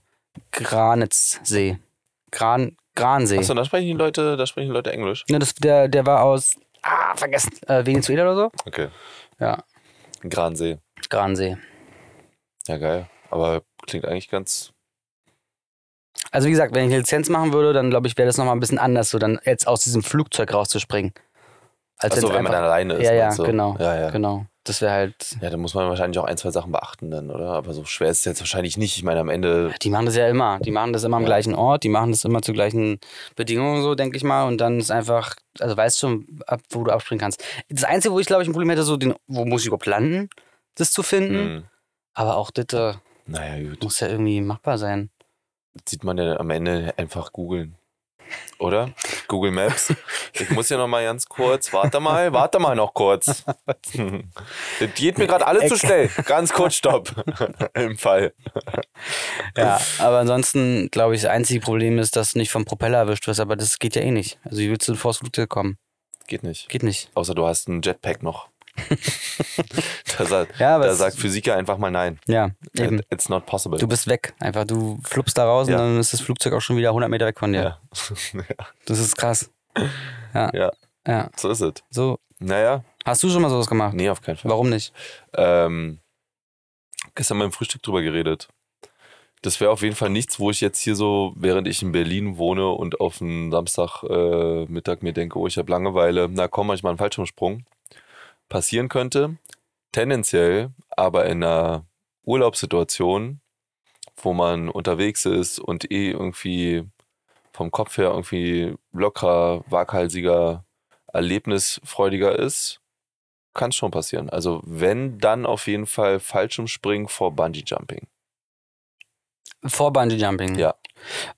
S2: Granitzsee. Gran, Gransee.
S1: Achso, da sprechen die Leute, da sprechen die Leute Englisch.
S2: Ne, das, der, der war aus, ah, vergessen, äh, Venezuela oder so.
S1: Okay.
S2: Ja.
S1: In Gransee.
S2: Gransee.
S1: Ja, geil. Aber klingt eigentlich ganz.
S2: Also wie gesagt, wenn ich eine Lizenz machen würde, dann glaube ich, wäre das nochmal ein bisschen anders, so dann jetzt aus diesem Flugzeug rauszuspringen. Als
S1: Achso, also
S2: wenn's
S1: wenn man
S2: einfach-
S1: dann alleine ist.
S2: Ja, ja,
S1: meinst du?
S2: genau.
S1: Ja, ja.
S2: Genau. Das wäre halt.
S1: Ja, da muss man wahrscheinlich auch ein, zwei Sachen beachten dann, oder? Aber so schwer ist es jetzt wahrscheinlich nicht. Ich meine, am Ende,
S2: Die machen das ja immer. Die machen das immer am
S1: Ja.
S2: gleichen Ort, die machen das immer zu gleichen Bedingungen, so denke ich mal. Und dann ist einfach, also weißt schon, ab, wo du abspringen kannst. Das Einzige, wo ich glaube ich ein Problem hätte, so, den, wo muss ich überhaupt landen, das zu finden.
S1: hm,
S2: Aber auch das äh,
S1: naja, gut.
S2: muss ja irgendwie machbar sein.
S1: Das sieht man ja am Ende einfach googeln. Oder? Google Maps. Ich muss ja noch mal ganz kurz, warte mal, warte mal noch kurz. Das geht mir gerade alles zu schnell. Ganz kurz, stopp. Im Fall.
S2: Ja, aber ansonsten glaube ich, das einzige Problem ist, dass du nicht vom Propeller erwischt wirst, aber das geht ja eh nicht. Also wie willst du vor das Flugzeug kommen?
S1: Geht nicht.
S2: Geht nicht.
S1: Außer du hast einen Jetpack noch. da, sagt,
S2: Ja, aber
S1: da
S2: es-
S1: sagt Physiker einfach mal nein.
S2: Ja, eben.
S1: It's not possible.
S2: Du bist weg. Einfach, du fluppst da raus
S1: Ja.
S2: und dann ist das Flugzeug auch schon wieder 100 Meter weg von dir.
S1: ja.
S2: Das ist krass.
S1: ja,
S2: Ja,
S1: so ist es.
S2: so.
S1: Naja,
S2: Hast du schon mal sowas gemacht?
S1: nee, auf keinen Fall.
S2: Warum nicht?
S1: Ähm, gestern beim Frühstück drüber geredet. Das wäre auf jeden Fall nichts, wo ich jetzt hier so, während ich in Berlin wohne und auf einen Samstagmittag äh, Mittag mir denke, oh, ich habe Langeweile, na komm, mach ich mal einen Fallschirmsprung, passieren könnte. Tendenziell aber in einer Urlaubssituation, wo man unterwegs ist und eh irgendwie vom Kopf her irgendwie lockerer, waghalsiger, erlebnisfreudiger ist, kann schon passieren. Also wenn, dann auf jeden Fall Fallschirmspringen vor Bungee-Jumping.
S2: Vor Bungee Jumping.
S1: Ja.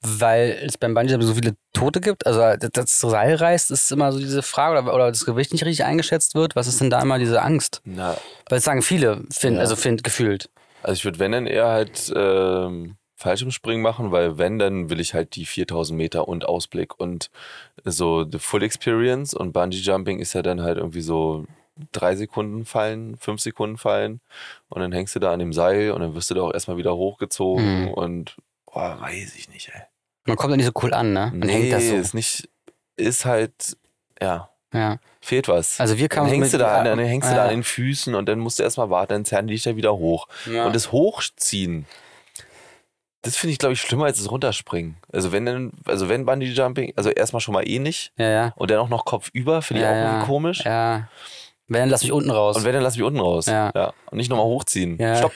S2: Weil es beim Bungee Jumping so viele Tote gibt, also dass das Seil reißt, ist immer so diese Frage, oder, oder das Gewicht nicht richtig eingeschätzt wird. Was ist denn da immer diese Angst?
S1: Na,
S2: Weil es sagen viele, find,
S1: Ja.
S2: also find, gefühlt.
S1: also ich würde, wenn, dann eher halt ähm, Fallschirmspringen machen, weil wenn, dann will ich halt die 4000 Meter und Ausblick und so the full experience und Bungee-Jumping ist ja dann halt irgendwie so drei Sekunden fallen, fünf Sekunden fallen und dann hängst du da an dem Seil und dann wirst du da auch erstmal wieder hochgezogen
S2: Mhm.
S1: und boah, weiß ich nicht, ey.
S2: Man kommt da nicht so cool an, ne? Man hängt das so.
S1: ist nicht, ist halt, ja,
S2: Ja.
S1: fehlt was.
S2: Also wir
S1: Dann
S2: kamen
S1: hängst, du da, an,
S2: ja,
S1: dann hängst du
S2: ja,
S1: da an den Füßen und dann musst du erstmal warten, dann zerren die dich da wieder hoch.
S2: ja.
S1: Und das Hochziehen, das finde ich, glaube ich, schlimmer als das Runterspringen. Also wenn dann, also wenn Bungee Jumping, also erstmal schon mal eh nicht
S2: ja, ja.
S1: und dann auch noch Kopf über, finde ich
S2: ja,
S1: auch irgendwie
S2: ja.
S1: komisch.
S2: Ja. Wenn, dann lass mich unten raus.
S1: Und wenn, dann lass mich unten raus.
S2: Ja.
S1: Und nicht nochmal hochziehen.
S2: Ja.
S1: Stopp.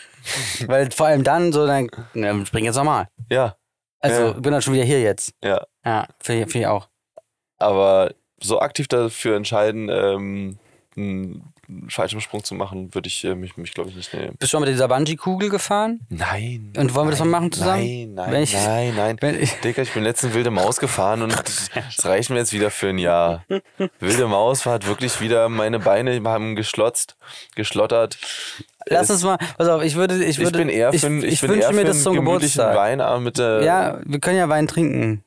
S2: Weil vor allem dann so, dann, na, spring jetzt nochmal.
S1: Ja,
S2: Also
S1: Ja.
S2: bin dann schon wieder hier jetzt.
S1: ja.
S2: Ja, finde ich, find ich auch.
S1: Aber so aktiv dafür entscheiden, ähm, einen Fallschirmsprung zu machen, würde ich äh, mich, mich glaube ich, nicht nehmen.
S2: Bist du schon mal mit dieser Bungee-Kugel gefahren?
S1: Nein.
S2: Und wollen wir das
S1: nein,
S2: mal machen zusammen?
S1: Nein, nein,
S2: Wenn ich-
S1: nein, nein.
S2: Wenn ich,
S1: Digga, ich bin letztens wilde Maus gefahren und das das reicht mir jetzt wieder für ein Jahr. Wilde Maus hat wirklich wieder meine Beine haben geschlotzt, geschlottert.
S2: lass
S1: Es-
S2: uns mal, pass auf, ich würde, ich
S1: ich
S2: würde,
S1: bin eher für, ein- ich bin
S2: wünsche
S1: eher
S2: mir
S1: für
S2: das
S1: einen
S2: zum
S1: gemütlichen
S2: Geburtstag.
S1: Weinabend mit äh, der.
S2: Ja, wir können ja Wein trinken.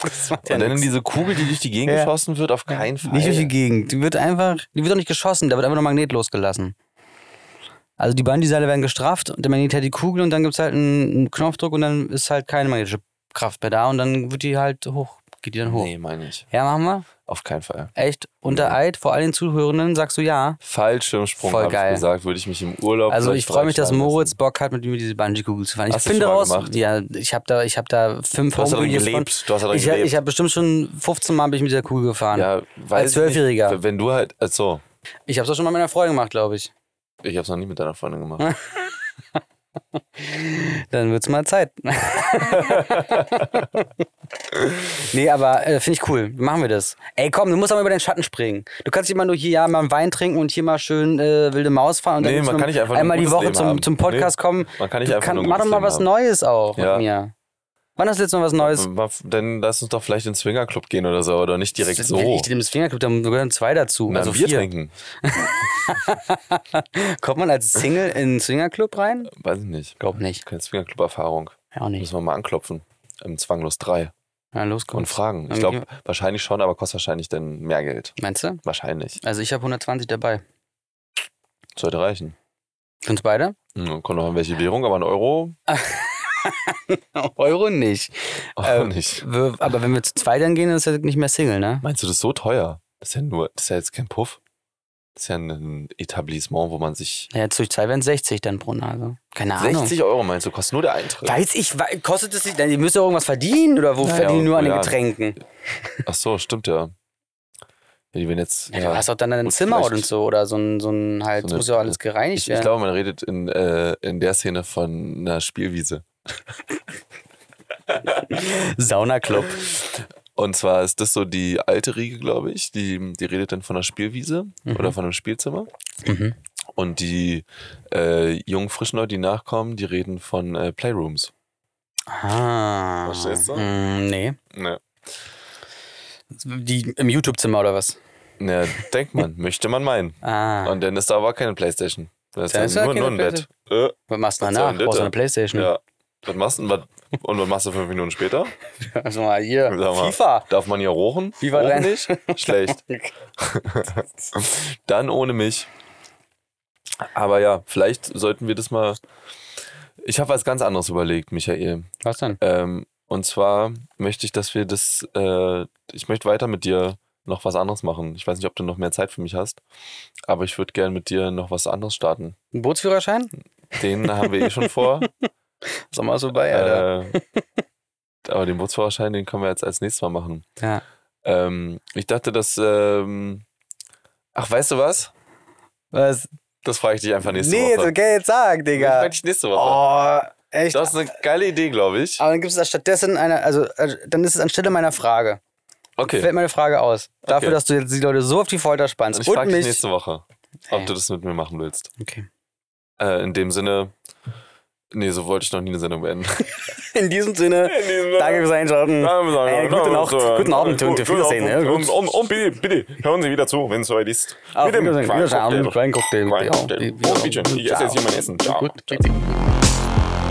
S2: Das macht ja
S1: und dann in
S2: nichts.
S1: diese Kugel, die durch die Gegend
S2: Ja.
S1: geschossen wird, auf keinen Fall.
S2: Nicht durch die Gegend. Die wird einfach, die wird doch nicht geschossen, da wird einfach nur Magnet losgelassen. Also die Bandieseile werden gestrafft und der Magnet hat die Kugel und dann gibt es halt einen, einen Knopfdruck und dann ist halt keine magnetische Kraft mehr da und dann wird die halt hoch, geht die dann hoch.
S1: nee, meine ich.
S2: Ja, machen wir.
S1: Auf keinen Fall.
S2: Echt, unter Eid, vor all den Zuhörenden sagst du ja.
S1: Fallschirmsprung,
S2: Voll
S1: habe ich
S2: geil.
S1: gesagt, würde ich mich im Urlaub.
S2: Also
S1: vielleicht
S2: ich freue mich, dass
S1: bereitstellen
S2: Moritz Bock hat, mit mir diese Bungee-Kugel zu fahren. Ich
S1: Hast du
S2: bin
S1: schon mal
S2: daraus.
S1: gemacht?
S2: Ja, ich habe da, ich hab da fünf
S1: lassen. Du hast ja daran
S2: Homevideos von-
S1: gelebt. Du hast ja daran
S2: Ich, hab-
S1: gelebt.
S2: ich habe bestimmt schon 15 Mal bin ich mit dieser Kugel gefahren.
S1: ja,
S2: als
S1: weiß ich nicht.
S2: Zwölfjähriger.
S1: Wenn du halt. Achso,
S2: Ich habe es auch schon mal mit einer Freundin gemacht, glaube ich.
S1: ich habe es noch nie mit deiner Freundin gemacht.
S2: Dann wird's mal Zeit. nee, aber äh, finde ich cool. Machen wir das. Ey, komm, du musst aber über den Schatten springen. Du kannst immer nur hier ja mal einen Wein trinken und hier mal schön äh, wilde Maus fahren und
S1: Nee,
S2: dann
S1: man
S2: nur
S1: kann nicht einfach nur
S2: einmal
S1: ein
S2: die
S1: gutes
S2: Woche
S1: Leben
S2: zum,
S1: haben.
S2: zum Podcast
S1: Nee,
S2: kommen.
S1: man kann nicht
S2: Du
S1: einfach nur ein
S2: mach doch
S1: gutes
S2: mal
S1: Leben
S2: was
S1: haben.
S2: Neues auch
S1: Ja.
S2: mit mir. Wann hast du jetzt noch was Neues?
S1: Mal- Dann lass uns doch vielleicht in den Swingerclub gehen oder so, oder nicht direkt so.
S2: Wenn ich dem Swingerclub, dann gehören zwei dazu.
S1: Na,
S2: also
S1: Bier
S2: vier.
S1: trinken.
S2: Kommt man als Single in den Swingerclub rein?
S1: Weiß ich nicht.
S2: Glaub nicht.
S1: Keine Swingerclub-Erfahrung.
S2: Ja, Auch nicht.
S1: Müssen wir mal anklopfen. Im Zwanglos 3
S2: Na, los
S1: und
S2: kommt's.
S1: fragen. Ich
S2: Dann
S1: glaube, wahrscheinlich schon, aber kostet wahrscheinlich dann mehr Geld.
S2: Meinst du?
S1: Wahrscheinlich.
S2: Also ich habe 120 dabei.
S1: Sollte reichen.
S2: Für uns beide?
S1: Hm, kommt noch in welche Währung, aber ein Euro
S2: Euro nicht.
S1: auch
S2: Ähm,
S1: Oh, nicht.
S2: Wir, aber wenn wir zu zweit dann gehen, ist er nicht mehr Single, ne?
S1: Meinst du das ist so teuer? Das ist ja nur, das ist ja jetzt kein Puff. Das ist ja ein Etablissement, wo man sich.
S2: Ja, jetzt durch Zeit wären es 60 dann Brunner. Also. Keine Ahnung.
S1: 60 Euro meinst du, kostet nur der Eintritt.
S2: Weiß ich, wa- kostet es nicht, die müssen doch irgendwas verdienen oder wo
S1: Naja,
S2: verdienen die nur an den
S1: ja.
S2: Getränken?
S1: Ach so, stimmt ja. Ja, die werden jetzt.
S2: Ja, du hast doch dann ein
S1: gut,
S2: Zimmer
S1: vielleicht-
S2: und so oder so ein, so ein halt,
S1: So
S2: so
S1: eine-
S2: muss ja auch alles gereinigt
S1: Ich, ich
S2: werden.
S1: glaube, man redet in, äh, in der Szene von einer Spielwiese.
S2: Saunaclub.
S1: Und zwar ist das so die alte Riege, glaube ich. Die, die redet dann von einer Spielwiese oder von einem Spielzimmer.
S2: Mhm.
S1: Und die äh, jungen frischen Leute, die nachkommen, die reden von äh, Playrooms.
S2: Ah.
S1: Verstehst du?
S2: Mm, nee.
S1: Ne.
S2: Die im YouTube-Zimmer oder was?
S1: Ne, denkt man, möchte man meinen.
S2: Ah.
S1: Und dann ist da aber keine Playstation. Da ist
S2: Da
S1: dann
S2: ist ja
S1: nur, nur
S2: keine
S1: ein Bett. Äh,
S2: was machst du
S1: was soll
S2: danach?
S1: denn das
S2: Brauchst du
S1: denn?
S2: eine Playstation?
S1: ja. Was machst du denn? Was, und was machst du fünf Minuten später?
S2: Also mal hier.
S1: Sag mal.
S2: FIFA.
S1: Darf man hier rochen?
S2: FIFA
S1: rochen
S2: rein.
S1: nicht? Schlecht. Dann ohne mich. Aber ja, vielleicht sollten wir das mal. Ich habe was ganz anderes überlegt, Michael.
S2: Was denn?
S1: Ähm, und zwar möchte ich, dass wir das. Äh, ich möchte weiter mit dir noch was anderes machen. Ich weiß nicht, ob du noch mehr Zeit für mich hast, aber ich würde gerne mit dir noch was anderes starten.
S2: Ein Bootsführerschein?
S1: Den haben wir eh schon vor.
S2: Sag mal so bei, Alter.
S1: äh, aber den Bootsführerschein, den können wir jetzt als nächstes Mal machen.
S2: Ja.
S1: Ähm, ich dachte, dass. Ähm, ach, weißt du was?
S2: Was?
S1: Das frage ich dich einfach nächste
S2: nee,
S1: Woche.
S2: okay, jetzt sag,
S1: Das
S2: Digga.
S1: frage ich nächste Woche.
S2: Oh, echt?
S1: Das ist eine geile Idee, glaube ich.
S3: Ah,
S2: Aber dann gibt es da stattdessen eine, also äh, dann ist es anstelle meiner Frage.
S1: Okay.
S2: Fällt meine Frage aus. Dafür, dass du jetzt die Leute so auf die Folter spannst.
S1: Und ich
S2: und
S1: frage dich
S2: mich.
S1: nächste Woche,
S2: Ey.
S1: ob du das mit mir machen willst.
S2: Okay.
S1: Äh, in dem Sinne. Nee, so wollte ich noch nie eine Sendung beenden.
S2: In diesem Sinne, danke fürs Einschalten. Äh, gute Nacht, guten Abend und auf Wiedersehen. ja, gut.
S3: und bitte, bitte, hören Sie wieder zu, wenn es soweit ist.
S1: Ah,
S2: Auf Wiedersehen.
S3: Qualm-Cocktail.
S2: Wiederschauen, kleinen Cocktail.
S3: Qualm-Cocktail.
S2: Ja,
S3: Oh, bitte, ich esse jetzt hier mein Essen. Ciao.
S2: Gut,
S3: Ciao.
S2: bitte.